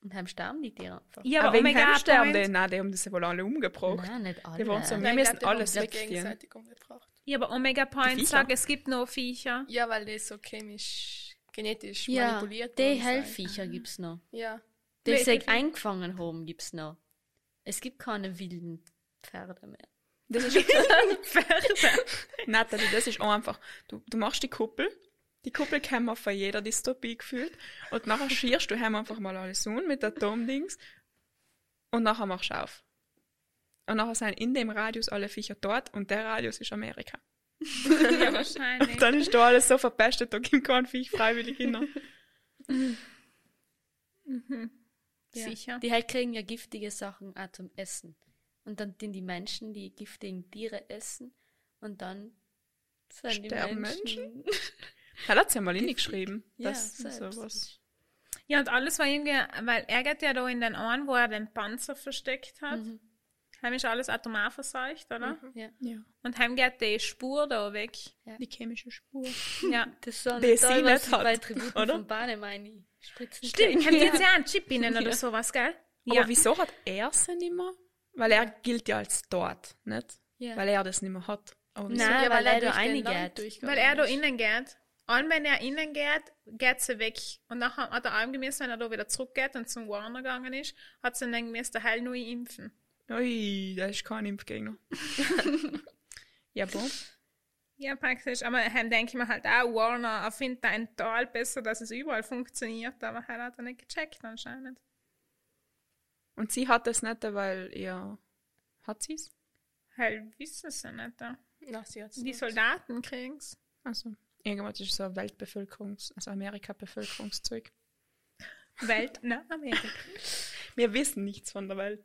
[SPEAKER 5] Und dann sterben die Tiere einfach.
[SPEAKER 1] Ja,
[SPEAKER 4] aber
[SPEAKER 1] aber
[SPEAKER 4] wegen
[SPEAKER 1] Omega
[SPEAKER 4] dem sterben die,
[SPEAKER 1] Point,
[SPEAKER 4] nein, die haben das ja wohl alle umgebracht.
[SPEAKER 5] Nein, nicht alle.
[SPEAKER 4] Die waren so, wir
[SPEAKER 2] Nein, ich
[SPEAKER 4] müssen
[SPEAKER 2] glaub, die
[SPEAKER 4] alles
[SPEAKER 2] haben sich
[SPEAKER 4] wegziehen.
[SPEAKER 2] gegenseitig umgebracht.
[SPEAKER 1] ja, aber Omega
[SPEAKER 4] Die
[SPEAKER 1] Point
[SPEAKER 4] Viecher.
[SPEAKER 1] sagt, es gibt noch Viecher.
[SPEAKER 2] Ja, weil die so chemisch, genetisch
[SPEAKER 5] ja,
[SPEAKER 2] manipuliert
[SPEAKER 5] die
[SPEAKER 2] worden sind.
[SPEAKER 5] Hellviecher gibt's noch.
[SPEAKER 2] Ja.
[SPEAKER 5] Die
[SPEAKER 1] Welche
[SPEAKER 5] sich
[SPEAKER 1] Viecher?
[SPEAKER 5] eingefangen haben, gibt's noch. Es gibt keine wilden Pferde mehr.
[SPEAKER 4] Das ist Natalie, das ist auch einfach. Du, du machst die Kuppel, Die Kuppel kennen wir von jeder Dystopie gefühlt. Und nachher schierst du heim einfach mal alles um mit Atomdings. Und nachher machst du auf. Und nachher sind in dem Radius alle Viecher dort und der Radius ist Amerika.
[SPEAKER 1] Ja, wahrscheinlich.
[SPEAKER 4] Und dann ist da alles so verpestet, da gibt kein Viech freiwillig hin.
[SPEAKER 1] Sicher.
[SPEAKER 5] Die halt kriegen ja giftige Sachen auch zum Essen. Und dann sind die Menschen, die giftigen Tiere essen und dann sind die
[SPEAKER 4] Sterben
[SPEAKER 5] Menschen.
[SPEAKER 4] Er hat es ja mal hingeschrieben.
[SPEAKER 5] Ja,
[SPEAKER 4] Das ist
[SPEAKER 5] selbst.
[SPEAKER 4] sowas.
[SPEAKER 1] Ja, und alles war irgendwie, weil er geht ja da in den Ohren, wo er den Panzer versteckt hat. Mhm.
[SPEAKER 5] Mhm.
[SPEAKER 1] Heim ist alles atomar verseucht, oder?
[SPEAKER 4] Mhm.
[SPEAKER 5] Ja.
[SPEAKER 4] Ja.
[SPEAKER 1] Und heim geht die Spur da weg.
[SPEAKER 4] Die chemische Spur.
[SPEAKER 1] Ja.
[SPEAKER 5] Das war
[SPEAKER 4] Die
[SPEAKER 5] nicht
[SPEAKER 4] sie
[SPEAKER 5] toll, was
[SPEAKER 4] nicht
[SPEAKER 5] sie
[SPEAKER 4] hat,
[SPEAKER 5] bei Tributen
[SPEAKER 4] oder?
[SPEAKER 5] von Bahne meine Spritzen.
[SPEAKER 1] Stimmt,
[SPEAKER 5] kriegen.
[SPEAKER 1] haben jetzt ja einen Chip innen oder sowas, gell?
[SPEAKER 4] Aber
[SPEAKER 1] ja.
[SPEAKER 4] wieso hat er sie nicht mehr? Weil er gilt ja als dort, nicht?
[SPEAKER 5] Ja.
[SPEAKER 4] Weil er das nicht mehr hat. Aber wieso?
[SPEAKER 5] Nein,
[SPEAKER 2] ja,
[SPEAKER 5] weil er da
[SPEAKER 2] durch den
[SPEAKER 5] eingeht.
[SPEAKER 2] Land durchgegangen
[SPEAKER 1] Weil er da
[SPEAKER 2] ist.
[SPEAKER 1] innen geht. Und wenn er innen geht, geht sie weg. Und nachher hat er allem gemäß, wenn er da wieder zurückgeht und zum Warner gegangen ist, hat sie dann gemäß der Heil neu impfen.
[SPEAKER 4] Ui, da ist kein Impfgegner. ja, boah.
[SPEAKER 1] Ja, praktisch. Aber heim denke ich mir halt auch, Warner erfindet ein Tal besser, dass es überall funktioniert, aber heim hat er nicht gecheckt anscheinend.
[SPEAKER 4] Und sie hat das nicht, weil ihr. Hat sie es?
[SPEAKER 1] Heil wissen sie nicht. da.
[SPEAKER 2] Na, sie hat's
[SPEAKER 1] Die
[SPEAKER 2] nicht.
[SPEAKER 1] Soldaten kriegen's.
[SPEAKER 4] Also, irgendwann ist es so ein Weltbevölkerungs-, also Amerika-Bevölkerungszeug.
[SPEAKER 1] Welt nach Amerika.
[SPEAKER 4] Wir wissen nichts von der Welt.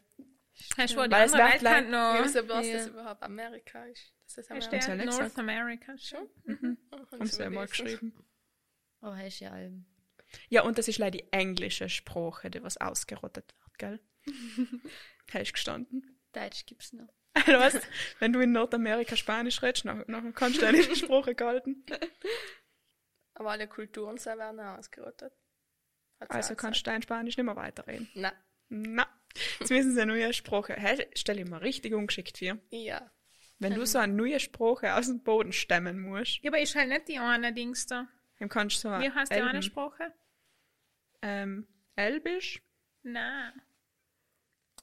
[SPEAKER 1] Hast du wohl die
[SPEAKER 4] Weil es
[SPEAKER 1] andere
[SPEAKER 4] läuft
[SPEAKER 1] Weltkant
[SPEAKER 2] Ja,
[SPEAKER 1] noch?
[SPEAKER 2] wieso war
[SPEAKER 5] Ja.
[SPEAKER 2] das überhaupt Amerika? Ist das ist
[SPEAKER 1] Hast
[SPEAKER 2] Amerika.
[SPEAKER 4] ja
[SPEAKER 1] du
[SPEAKER 4] nicht
[SPEAKER 1] North
[SPEAKER 4] gesagt.
[SPEAKER 1] America schon?
[SPEAKER 4] Haben sie ja mal geschrieben.
[SPEAKER 5] Oh, hast ja allem.
[SPEAKER 4] Ja, und das ist leider die englische Sprache, die was ausgerottet wird, gell? Hast du gestanden?
[SPEAKER 5] Deutsch gibt's noch.
[SPEAKER 4] Also was, wenn du in Nordamerika Spanisch redest, nach, nachher kannst du deine Sprache gehalten.
[SPEAKER 2] Aber alle Kulturen sind werden auch ausgerottet. Hat's
[SPEAKER 4] Also
[SPEAKER 2] auch
[SPEAKER 5] halt.
[SPEAKER 4] kannst du dein Spanisch nicht mehr weiterreden.
[SPEAKER 2] gesagt. Nein.
[SPEAKER 4] Na, jetzt müssen sie eine neue Sprache. Hey, stell dir mal richtig ungeschickt vor,
[SPEAKER 2] Ja.
[SPEAKER 4] wenn du so eine neue Sprache aus dem Boden stemmen musst.
[SPEAKER 1] Ja, aber ist halt nicht die eine Dings da.
[SPEAKER 4] Dann kannst du so
[SPEAKER 1] Wie heißt die eine
[SPEAKER 4] Ah, Elben-
[SPEAKER 1] Sprache?
[SPEAKER 4] Ähm, Elbisch?
[SPEAKER 1] Nein.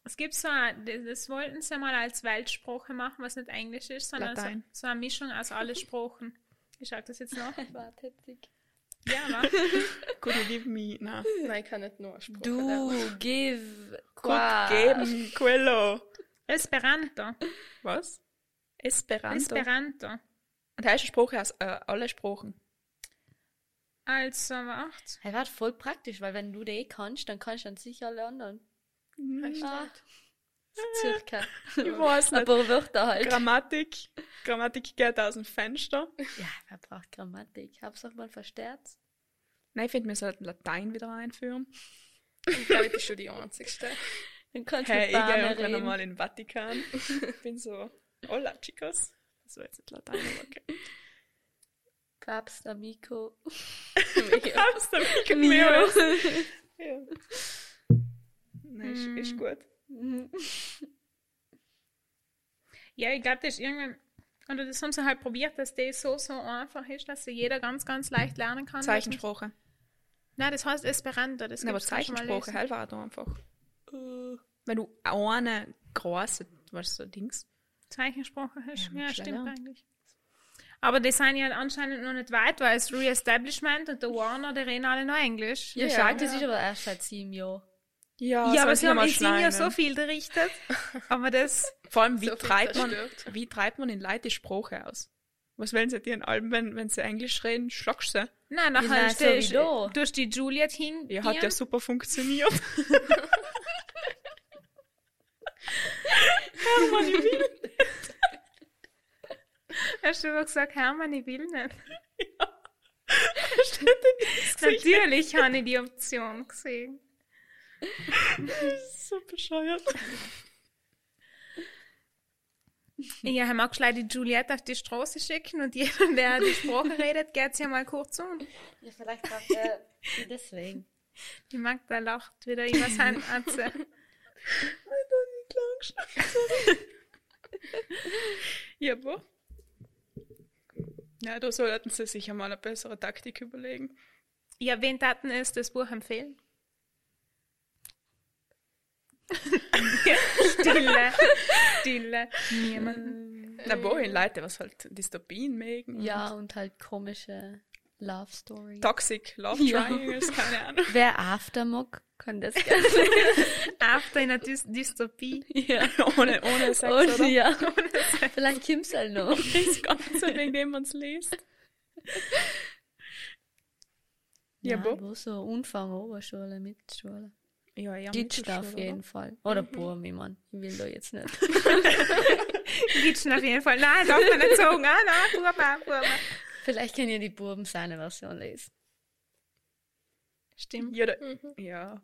[SPEAKER 1] Es gibt so ein, das- das wollten sie mal als Weltsprache machen, was nicht Englisch ist, sondern so,
[SPEAKER 4] Latein.
[SPEAKER 1] so eine Mischung aus allen Sprachen. Ich sag das jetzt noch.
[SPEAKER 5] Wartet, Dick.
[SPEAKER 1] Ja, was?
[SPEAKER 4] Could you give me? Na.
[SPEAKER 2] Nein, ich kann nicht nur eine Sprache lernen.
[SPEAKER 5] Du, give,
[SPEAKER 4] Could
[SPEAKER 5] qua.
[SPEAKER 4] geben, quello.
[SPEAKER 1] Esperanto.
[SPEAKER 4] Was? Esperanto.
[SPEAKER 1] Esperanto.
[SPEAKER 4] Und heißt Sprache aus äh, alle Sprachen.
[SPEAKER 1] Also, warte.
[SPEAKER 5] Er war voll praktisch, weil wenn du den eh kannst, dann kannst du dann sicher alle anderen. Ah, circa.
[SPEAKER 4] Ich weiß nicht.
[SPEAKER 5] Aber Wörter halt.
[SPEAKER 4] Grammatik. Grammatik geht aus dem Fenster.
[SPEAKER 5] ja, wer braucht Grammatik? Hab's auch mal verstärkt.
[SPEAKER 4] Nein, ich finde, wir sollten Latein wieder einführen.
[SPEAKER 2] Ich glaube, ich bin schon die Einzigste.
[SPEAKER 5] Dann kannst du
[SPEAKER 4] Hey,
[SPEAKER 5] mit
[SPEAKER 4] ich gehe
[SPEAKER 5] Barne
[SPEAKER 4] irgendwann
[SPEAKER 5] reden.
[SPEAKER 4] einmal in den Vatikan. Ich bin so, hola chicos. Das war jetzt nicht Latein, aber okay.
[SPEAKER 5] Papst, Amico.
[SPEAKER 4] Aus dem Mio.
[SPEAKER 5] Mio.
[SPEAKER 4] Ja. Nein, ist, ist gut.
[SPEAKER 1] Ja, ich glaube, das ist irgendwann. Oder das haben sie halt probiert, dass das so, so einfach ist, dass sie jeder ganz, ganz leicht lernen kann.
[SPEAKER 4] Zeichensprache.
[SPEAKER 1] Nein, das heißt Esperanto. Das
[SPEAKER 4] Nein, aber
[SPEAKER 1] gibt's, kannst du mal
[SPEAKER 4] Zeichensprache,
[SPEAKER 1] lesen.
[SPEAKER 4] halt war da einfach. Wenn du eine große, was so Dings.
[SPEAKER 1] Zeichensprache ist.
[SPEAKER 4] Ja,
[SPEAKER 1] Ja,
[SPEAKER 4] muss
[SPEAKER 1] stimmt
[SPEAKER 4] leider.
[SPEAKER 1] eigentlich. Aber die sind ja anscheinend noch nicht weit, weil das Reestablishment und der Warner, die reden alle noch Englisch.
[SPEAKER 5] Ja, schaut, das ist aber erst seit sieben Jahren.
[SPEAKER 4] Ja,
[SPEAKER 1] ja aber sie haben in sieben Jahren so viel gerichtet. Aber das,
[SPEAKER 4] Vor allem, wie,
[SPEAKER 2] So viel
[SPEAKER 4] treibt man,
[SPEAKER 2] zerstört.
[SPEAKER 4] wie treibt man in Leute die Sprache aus? Was wollen sie dir in allem, wenn, wenn sie Englisch reden, schluckst du?
[SPEAKER 1] nein, nachher
[SPEAKER 5] nein,
[SPEAKER 1] ist der-
[SPEAKER 5] sowieso.
[SPEAKER 1] durch die Juliet hin.
[SPEAKER 4] Ja, hat ja super funktioniert.
[SPEAKER 1] Hast du aber gesagt, Hermann, ich will nicht.
[SPEAKER 4] Steht in diesem Gesicht.
[SPEAKER 1] Natürlich habe ich die Option gesehen.
[SPEAKER 4] so bescheuert.
[SPEAKER 1] Ja, haben auch gleich die Juliette auf die Straße schicken und jeder, der die Sprache redet, geht sie mal kurz um.
[SPEAKER 5] Ja, vielleicht auch äh, deswegen.
[SPEAKER 1] Die Magda lacht wieder immer sein Atze.
[SPEAKER 4] Ja, boah. Ja, da sollten sie sich einmal eine bessere Taktik überlegen.
[SPEAKER 1] Ja, wen taten es das Buch empfehlen? Stille, Stille, niemand.
[SPEAKER 4] Na, wohin Leute, was halt Dystopien mögen.
[SPEAKER 5] Ja, und halt komische
[SPEAKER 3] Love Story.
[SPEAKER 4] Toxic Love Triangles, keine Ahnung.
[SPEAKER 3] Wer After mag, kann das gerne.
[SPEAKER 1] After in einer Dys Dystopie.
[SPEAKER 3] ja.
[SPEAKER 4] ohne, ohne Sex,
[SPEAKER 3] Und,
[SPEAKER 4] oder?
[SPEAKER 3] ja. Vielleicht kommt's halt noch.
[SPEAKER 4] Das Ganze, wegen dem man es liest. Ja,
[SPEAKER 3] Nein,
[SPEAKER 4] bo.
[SPEAKER 3] wo so Anfang, Oberschule, Mittelschule.
[SPEAKER 4] Ja, ja.
[SPEAKER 3] Gitschler auf jeden Fall. Oder Burm, ich mein. Ich will da jetzt nicht.
[SPEAKER 1] Gitschen auf jeden Fall. Nein, darf man nicht sagen. Ah, nein, Buba, Buba.
[SPEAKER 3] Vielleicht können ja die Burben seine Version lesen.
[SPEAKER 1] Stimmt.
[SPEAKER 4] Ja, da,
[SPEAKER 2] Mhm.
[SPEAKER 4] ja.
[SPEAKER 1] Ja,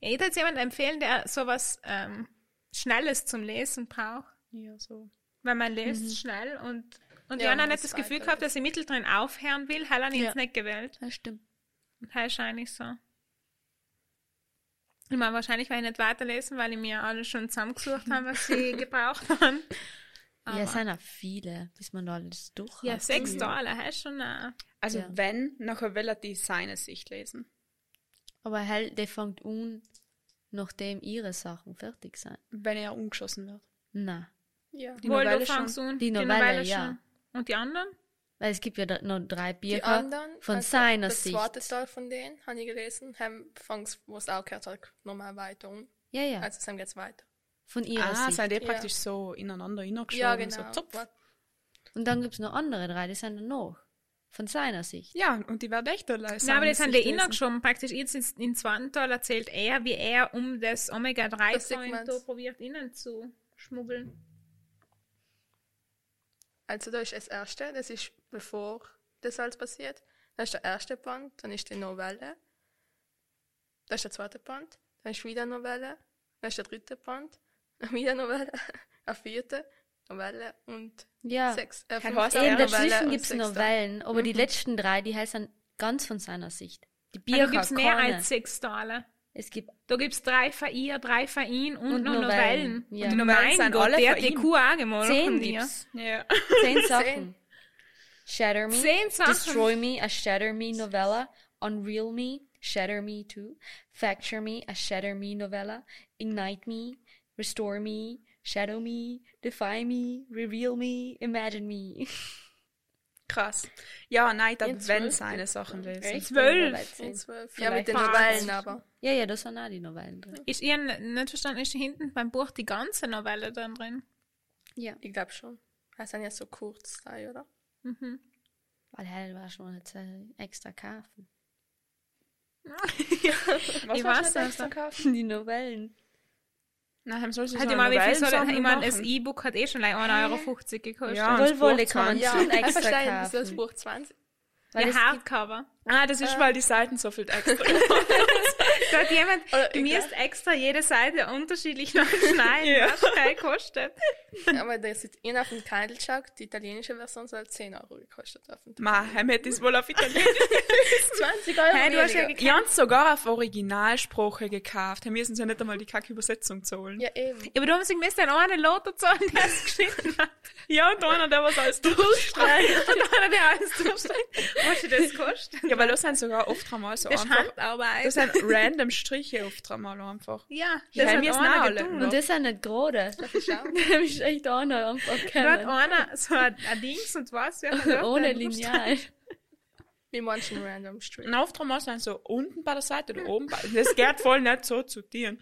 [SPEAKER 1] Ich würde jetzt jemanden empfehlen, der sowas ähm, Schnelles zum Lesen braucht.
[SPEAKER 4] ja, so.
[SPEAKER 1] Weil man liest schnell und, und
[SPEAKER 2] Ja,
[SPEAKER 1] Mhm. ja, Jana
[SPEAKER 2] man
[SPEAKER 1] nicht
[SPEAKER 2] muss
[SPEAKER 1] das Gefühl
[SPEAKER 2] weiter
[SPEAKER 1] gehabt, dass sie mittendrin aufhören will, hat er jetzt nicht gewählt.
[SPEAKER 3] Das stimmt.
[SPEAKER 1] Und halt wahrscheinlich so. Ich meine, wahrscheinlich werde ich nicht weiterlesen, weil ich mir alle schon zusammengesucht habe, was sie gebraucht haben.
[SPEAKER 3] Ja,
[SPEAKER 1] Aber-
[SPEAKER 3] es sind auch viele, bis man da alles durch
[SPEAKER 1] Ja,
[SPEAKER 3] hat. Mhm.
[SPEAKER 1] sechs Dollar, hast schon äh, eine.
[SPEAKER 4] Also
[SPEAKER 3] Ja.
[SPEAKER 4] wenn, nachher will er die seine Sicht lesen.
[SPEAKER 3] Aber halt, der fängt an, nachdem ihre Sachen fertig sind.
[SPEAKER 4] Wenn er umgeschossen wird.
[SPEAKER 3] Na,
[SPEAKER 2] Ja.
[SPEAKER 4] Die
[SPEAKER 1] Wohl,
[SPEAKER 4] Novelle
[SPEAKER 1] du fängst
[SPEAKER 4] schon.
[SPEAKER 1] an,
[SPEAKER 3] Die Novelle, ja.
[SPEAKER 1] schon. Und die anderen?
[SPEAKER 3] weil es gibt ja da noch drei Bücher
[SPEAKER 2] Die anderen,
[SPEAKER 3] von
[SPEAKER 2] also
[SPEAKER 3] seiner
[SPEAKER 2] das
[SPEAKER 3] Sicht.
[SPEAKER 2] zweite Teil von denen, habe ich gelesen, haben fangs, wo es auch gehört hat, nochmal weiter um.
[SPEAKER 3] Ja, ja,
[SPEAKER 2] Also es haben jetzt weiter.
[SPEAKER 3] von ihrer
[SPEAKER 4] ah,
[SPEAKER 3] Sicht.
[SPEAKER 4] sind die
[SPEAKER 2] Ja.
[SPEAKER 4] praktisch so ineinander hineingeschoben.
[SPEAKER 2] Ja, genau.
[SPEAKER 4] So, zupf.
[SPEAKER 3] Und dann gibt es noch andere drei, die sind dann noch. Von seiner Sicht.
[SPEAKER 4] Ja, und die werden echt da lesen.
[SPEAKER 1] Nein, aber das sind die innen geschoben. Praktisch jetzt ist im zweiten Teil erzählt er, wie er um das
[SPEAKER 2] Das sieht
[SPEAKER 1] Omega-3-Point
[SPEAKER 2] man's.
[SPEAKER 1] da probiert, innen zu schmuggeln.
[SPEAKER 2] Also da ist das erste, das ist bevor das alles passiert. Dann ist der erste Band, dann ist die Novelle. Dann ist der zweite Band, dann ist wieder eine Novelle, dann ist der dritte Band, dann wieder eine Novelle, eine vierte Novelle und
[SPEAKER 3] Ja.
[SPEAKER 2] sechs. Äh,
[SPEAKER 4] Kein
[SPEAKER 2] fünf-
[SPEAKER 4] Horst,
[SPEAKER 3] Eben
[SPEAKER 4] Ja,
[SPEAKER 3] dazwischen
[SPEAKER 2] und
[SPEAKER 3] gibt es
[SPEAKER 2] sechs Mhm.
[SPEAKER 3] Novellen, aber die letzten drei, die heißen ganz von seiner Sicht. Die
[SPEAKER 1] Ja, Ah, da
[SPEAKER 3] Bücher,
[SPEAKER 1] gibt es mehr
[SPEAKER 3] keine.
[SPEAKER 1] als sechs Dollar.
[SPEAKER 3] Es gibt
[SPEAKER 1] Da gibt es drei für ihr, drei für ihn und,
[SPEAKER 3] Und
[SPEAKER 1] noch
[SPEAKER 3] Novellen.
[SPEAKER 1] Novellen.
[SPEAKER 3] Ja.
[SPEAKER 1] Und
[SPEAKER 3] Die
[SPEAKER 4] Novellen
[SPEAKER 1] mein
[SPEAKER 4] sind
[SPEAKER 1] Gott,
[SPEAKER 4] alle
[SPEAKER 1] der
[SPEAKER 4] für
[SPEAKER 1] hat die
[SPEAKER 4] ihn.
[SPEAKER 1] Kuh auch gemacht.
[SPEAKER 3] zehn
[SPEAKER 1] von dir.
[SPEAKER 3] gibt's.
[SPEAKER 4] Ja.
[SPEAKER 3] Zehn Sachen.
[SPEAKER 4] Mhm.
[SPEAKER 3] Shatter Me.
[SPEAKER 1] Zehn Sachen.
[SPEAKER 3] Destroy Me, a Shatter Me Novella. Unreal Me, Shatter Me Too. Fracture Me, a Shatter Me Novella. Ignite Me, Restore Me, Shadow Me, Defy Me, Reveal Me, Imagine Me.
[SPEAKER 4] Krass. Ja, nein,
[SPEAKER 3] In
[SPEAKER 4] dann
[SPEAKER 3] zwölf
[SPEAKER 4] wenn
[SPEAKER 3] gibt's
[SPEAKER 4] seine Sachen lesen.
[SPEAKER 1] Zwölf.
[SPEAKER 2] In zwölf. Ja, mit
[SPEAKER 3] Vielleicht
[SPEAKER 2] den
[SPEAKER 1] war's.
[SPEAKER 2] Novellen aber.
[SPEAKER 3] Ja, ja, das sind auch die Novellen drin.
[SPEAKER 1] Ist ihr n- nicht verstanden, ist hinten beim Buch die ganze Novelle dann drin?
[SPEAKER 2] Ich glaube schon. Das sind ja so kurz, drei, oder?
[SPEAKER 1] Mhm.
[SPEAKER 3] Weil halt war schon eine zwei extra kaufen.
[SPEAKER 4] Was
[SPEAKER 1] Ich
[SPEAKER 4] hast du
[SPEAKER 1] weiß
[SPEAKER 4] denn
[SPEAKER 1] das
[SPEAKER 4] extra
[SPEAKER 1] noch.
[SPEAKER 4] gekauft?
[SPEAKER 3] Die Novellen.
[SPEAKER 4] Nein, dann sollst du
[SPEAKER 1] Halt
[SPEAKER 4] so
[SPEAKER 1] immer,
[SPEAKER 4] eine
[SPEAKER 1] wie viel soll ich,
[SPEAKER 4] Novellensammlung
[SPEAKER 1] ich meine, das
[SPEAKER 4] machen.
[SPEAKER 1] E-Book hat eh schon like 1,50 Euro gekostet.
[SPEAKER 4] Ja,
[SPEAKER 3] Wohl, wohl, kann man
[SPEAKER 2] Ja,
[SPEAKER 3] schon
[SPEAKER 2] ich
[SPEAKER 3] extra
[SPEAKER 2] verstehe, das ist das
[SPEAKER 3] kaufen.
[SPEAKER 2] Buch 20.
[SPEAKER 3] Weil
[SPEAKER 1] Ihr
[SPEAKER 3] es gibt-
[SPEAKER 1] Hardcover.
[SPEAKER 4] Ah, das
[SPEAKER 1] Äh.
[SPEAKER 4] ist, weil die Seiten so viel extra
[SPEAKER 1] Da hat jemand,
[SPEAKER 2] Oder
[SPEAKER 1] du
[SPEAKER 2] ich
[SPEAKER 1] musst extra jede Seite unterschiedlich nachschneiden,
[SPEAKER 4] Ja.
[SPEAKER 1] was geil kostet.
[SPEAKER 2] Aber das ist, ihr auf den Kindle schaut, die italienische Version soll 10 Euro gekostet haben.
[SPEAKER 4] Ma, er hätte es wohl auf Italienisch.
[SPEAKER 2] 20 Euro
[SPEAKER 1] Hey, du hast ja
[SPEAKER 2] weniger.
[SPEAKER 1] gekauft.
[SPEAKER 4] Ich habe sogar auf Originalsprache gekauft. Wir müssen ja nicht einmal die kacke Übersetzung zahlen.
[SPEAKER 2] Ja, eben.
[SPEAKER 1] Aber du musst ich müsste auch einen Lotto zahlen, der es geschnitten hat.
[SPEAKER 4] Ja, und einer, der was alles durchstreicht.
[SPEAKER 1] Und einer, der alles durchsteigt. Was dir das kostet?
[SPEAKER 4] Ja, weil das sind sogar oft einmal so
[SPEAKER 1] Das ist
[SPEAKER 4] einfach.
[SPEAKER 1] Handarbeit.
[SPEAKER 4] Das sind random Striche oft einmal einfach.
[SPEAKER 1] ja,
[SPEAKER 4] Ja,
[SPEAKER 1] das hat
[SPEAKER 4] wir sind
[SPEAKER 1] einer
[SPEAKER 4] auch alle
[SPEAKER 1] getan.
[SPEAKER 3] Und das sind nicht gerade.
[SPEAKER 2] Ich auch.
[SPEAKER 3] Da hab ich echt auch noch einfach
[SPEAKER 1] Da hat
[SPEAKER 3] keinen.
[SPEAKER 1] einer so ein, ein Dings und was. Ja, hat auch
[SPEAKER 3] Ohne
[SPEAKER 1] einen
[SPEAKER 3] Lineal.
[SPEAKER 2] Wie manchen Random Street.
[SPEAKER 4] Und oft einmal sind so unten bei der Seite oder oben bei. Das geht voll nicht so zu dir.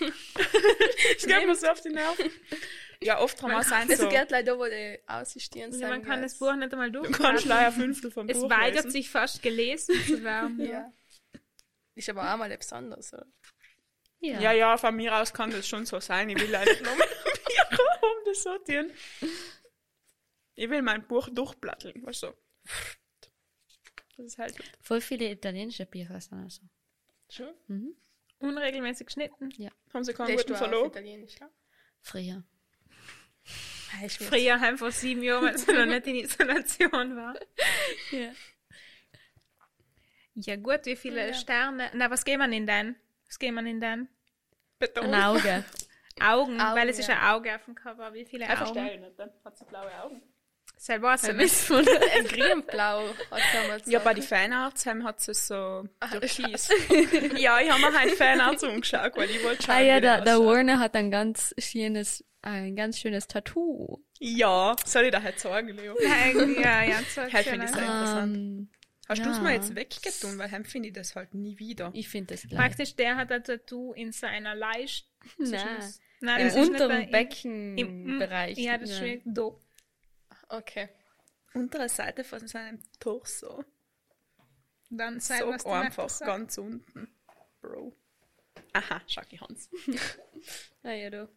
[SPEAKER 4] Das geht mir so auf die Nerven. Ja, oft einmal sind
[SPEAKER 2] Das
[SPEAKER 4] so.
[SPEAKER 2] geht leider, wo die aussistieren
[SPEAKER 1] Ja, man kann das Buch nicht einmal
[SPEAKER 4] Du kannst
[SPEAKER 1] durchkaufen.
[SPEAKER 4] leider ein Fünftel vom
[SPEAKER 1] Es
[SPEAKER 4] Buch
[SPEAKER 1] weigert
[SPEAKER 4] lesen.
[SPEAKER 1] sich fast gelesen zu werden.
[SPEAKER 2] Ja. Ist aber auch mal etwas anderes. oder?
[SPEAKER 3] Ja.
[SPEAKER 4] Ja, ja, von mir aus kann das schon so sein. Ich will einfach nur mit dem Bier um das so tun. Ich will mein Buch durchplatteln, weißt du. Das ist halt.
[SPEAKER 3] Voll viele italienische Bücher sind also.
[SPEAKER 2] Schon?
[SPEAKER 1] Unregelmäßig geschnitten.
[SPEAKER 4] Haben sie keinen
[SPEAKER 2] Lest
[SPEAKER 4] guten
[SPEAKER 2] du auch auf
[SPEAKER 4] Verlag?
[SPEAKER 2] Italienisch, ja? Ah,
[SPEAKER 3] Früher.
[SPEAKER 1] Früher, heim vor sieben Jahren, als ich noch nicht in Isolation war.
[SPEAKER 3] Ja.
[SPEAKER 1] Ja gut, wie viele Sterne? Na, was geht man in dein? Was geht man in dein?
[SPEAKER 4] Beton.
[SPEAKER 3] Ein Auge.
[SPEAKER 1] Augen,
[SPEAKER 2] Augen,
[SPEAKER 1] weil es ist
[SPEAKER 2] ja.
[SPEAKER 1] ein Auge auf dem Cover. Wie viele
[SPEAKER 4] Einfach
[SPEAKER 1] Augen?
[SPEAKER 4] stellen, nicht? dann hat sie blaue Augen.
[SPEAKER 1] Selber weiß ich nicht.
[SPEAKER 2] Ein Grimblau hat damals.
[SPEAKER 4] Ja, bei
[SPEAKER 2] gesagt.
[SPEAKER 4] den Fanarts haben- hat sie so
[SPEAKER 2] Ah,
[SPEAKER 4] türkis. ja, ich habe mir halt Fanarts umgeschaut, weil ich wollte schauen.
[SPEAKER 3] ah ja,
[SPEAKER 4] wie
[SPEAKER 3] der, der
[SPEAKER 4] ausschaut.
[SPEAKER 3] Warner hat ein ganz schönes, ein ganz schönes Tattoo.
[SPEAKER 4] Ja, soll ich dir halt sagen, Leo?
[SPEAKER 1] Nein, ja, ja, so
[SPEAKER 4] Halt, finde ich
[SPEAKER 1] schön.
[SPEAKER 4] sehr interessant.
[SPEAKER 3] Ähm,
[SPEAKER 4] Hast du es
[SPEAKER 5] Ja.
[SPEAKER 4] mal jetzt weggetun, weil dann finde ich das halt nie wieder.
[SPEAKER 5] Ich finde das gleich.
[SPEAKER 1] Praktisch, der hat ein Tattoo in seiner Leiste.
[SPEAKER 5] Nein.
[SPEAKER 1] Nein,
[SPEAKER 5] Im
[SPEAKER 1] das ist nicht
[SPEAKER 5] unteren
[SPEAKER 1] der- im- mm,
[SPEAKER 5] Beckenbereich.
[SPEAKER 1] Ja, das steht da.
[SPEAKER 2] Okay.
[SPEAKER 4] Untere Seite von seinem Torso.
[SPEAKER 1] Dann
[SPEAKER 4] So
[SPEAKER 1] sei was du
[SPEAKER 4] einfach,
[SPEAKER 1] möchtest.
[SPEAKER 4] ganz unten. Bro. Aha, Schaki Hans.
[SPEAKER 5] Ah, ja, du.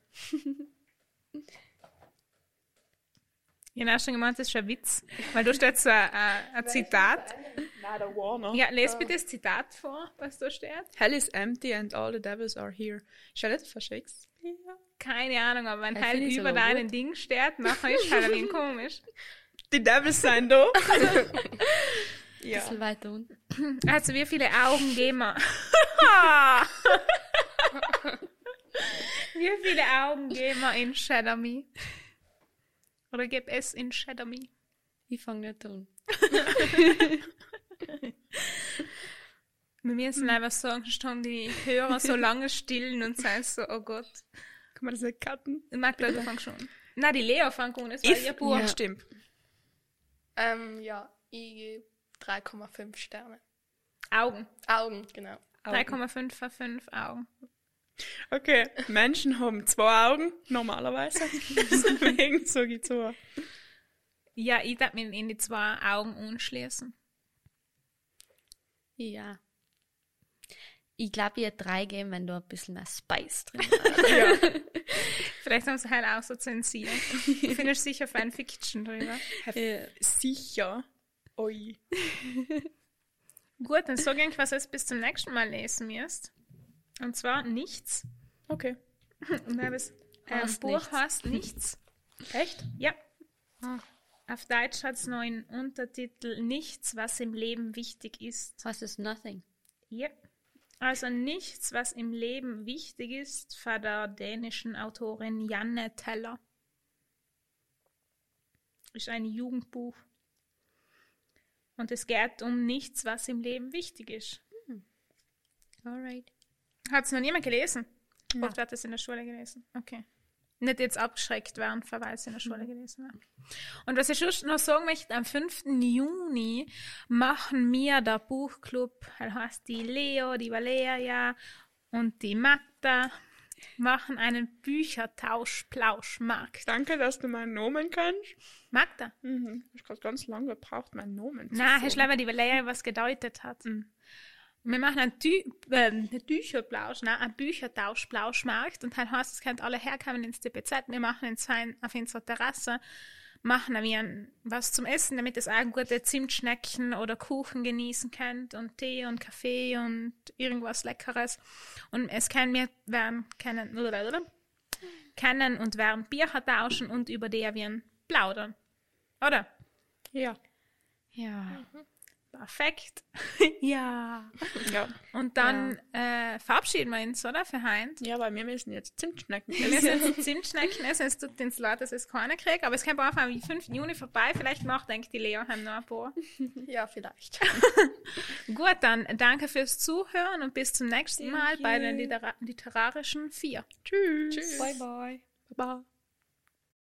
[SPEAKER 1] Ich habe auch schon gemeint, das ist schon ein Witz, weil du stellst so ein, ein, ein Zitat.
[SPEAKER 4] Nein, der Warner.
[SPEAKER 1] Ja, lese bitte das Zitat vor, was da steht.
[SPEAKER 4] Hell is empty and all the devils are here. Ist ja nicht von Shakespeare.
[SPEAKER 1] Keine Ahnung, aber wenn
[SPEAKER 5] Das
[SPEAKER 1] halt
[SPEAKER 5] finde ich
[SPEAKER 1] über
[SPEAKER 5] sogar
[SPEAKER 1] deinen Ding steht, nachher ist Halloween komisch.
[SPEAKER 4] Die Devils sind da. ja.
[SPEAKER 5] Bisschen weiter unten.
[SPEAKER 1] Also, wie viele Augen geben wir? wie viele Augen geben wir in Shadow Me? Oder gib es in Shadow Me?
[SPEAKER 5] Ich fange nicht an.
[SPEAKER 1] Wir müssen einfach sagen, sonst haben die Hörer so lange stillen und sagen so, oh Gott.
[SPEAKER 4] Kann man das nicht cutten?
[SPEAKER 1] Ich mag Leute fangen schon. an. Nein, die Lea fängt an, das war
[SPEAKER 4] If,
[SPEAKER 1] ihr Buch.
[SPEAKER 4] ja, stimmt.
[SPEAKER 2] Ähm, ja, ich gebe 3,5 Sterne.
[SPEAKER 1] Augen.
[SPEAKER 2] Augen, genau.
[SPEAKER 1] 3,5 von 5 Augen.
[SPEAKER 4] Okay, Menschen haben zwei Augen, normalerweise. Deswegen sage ich zwei.
[SPEAKER 1] Ja, ich darf mich in die zwei Augen anschließen.
[SPEAKER 5] Ja. Ich glaube, ihr drei geben, wenn du ein bisschen mehr Spice drin
[SPEAKER 1] Vielleicht haben sie halt auch so zensiert. Du findest sicher Fanfiction drüber.
[SPEAKER 5] hast.
[SPEAKER 4] Sicher. Oi.
[SPEAKER 1] Gut, dann sag ich, was jetzt bis zum nächsten Mal lesen müsst. Und zwar nichts.
[SPEAKER 4] Okay.
[SPEAKER 1] Und das ähm,
[SPEAKER 5] Heißt
[SPEAKER 1] Buch
[SPEAKER 5] nichts.
[SPEAKER 1] heißt nichts.
[SPEAKER 4] Echt?
[SPEAKER 1] Ja. Auf Deutsch hat es noch einen Untertitel Nichts, was im Leben wichtig ist.
[SPEAKER 5] Was ist nothing?
[SPEAKER 1] Ja. Also nichts, was im Leben wichtig ist, von der dänischen Autorin Janne Teller. Ist ein Jugendbuch. Und es geht um nichts, was im Leben wichtig ist.
[SPEAKER 5] Alright.
[SPEAKER 1] Hat es noch niemand gelesen? Oft hat es in der Schule gelesen. Okay. Nicht jetzt abgeschreckt werden, Verweis in der Schule gelesen werden. Und was ich schon noch sagen möchte, am 5. Juni machen wir der Buchclub, das heißt die Leo, die Valeria und die Matta, machen einen Büchertausch-Plauschmarkt.
[SPEAKER 4] Danke, dass du meinen Namen kannst.
[SPEAKER 1] Magda?
[SPEAKER 4] Mhm. Ich habe gerade ganz lange gebraucht, meinen Namen zu
[SPEAKER 1] Nein, Herr
[SPEAKER 4] sagen.
[SPEAKER 1] Schleimer, die Valeria was gedeutet hat. Wir machen einen, Tü ähm, einen Bücherplausch, nein, einen Büchertauschplauschmarkt und dann heißt es, könnt alle herkommen ins DPZ. Wir machen in sein, auf unserer Terrasse, machen wir ein- was zum Essen, damit ihr auch gute Zimtschnecken oder Kuchen genießen könnt und Tee und Kaffee und irgendwas Leckeres. Und es können wir werden, können, kennen und werden Bücher tauschen und über die wir plaudern. Oder?
[SPEAKER 4] Ja.
[SPEAKER 5] Ja.
[SPEAKER 1] Mhm. Perfekt. ja.
[SPEAKER 4] ja.
[SPEAKER 1] Und dann äh, verabschieden wir uns, oder? Für Heinz.
[SPEAKER 4] Ja, weil wir müssen jetzt Zimtschnecken
[SPEAKER 1] Wir
[SPEAKER 4] essen.
[SPEAKER 1] müssen jetzt Zimtschnecken essen. Es tut uns leid, dass es keiner kriegt. Aber es kommt einfach am 5. Juni vorbei. Vielleicht macht, denkt die Leo, haben noch ein paar.
[SPEAKER 2] Ja, vielleicht.
[SPEAKER 1] Gut, dann danke fürs Zuhören und bis zum nächsten Mal bei den Litera- literarischen Vier.
[SPEAKER 4] Tschüss.
[SPEAKER 2] Tschüss.
[SPEAKER 5] bye.
[SPEAKER 4] Baba.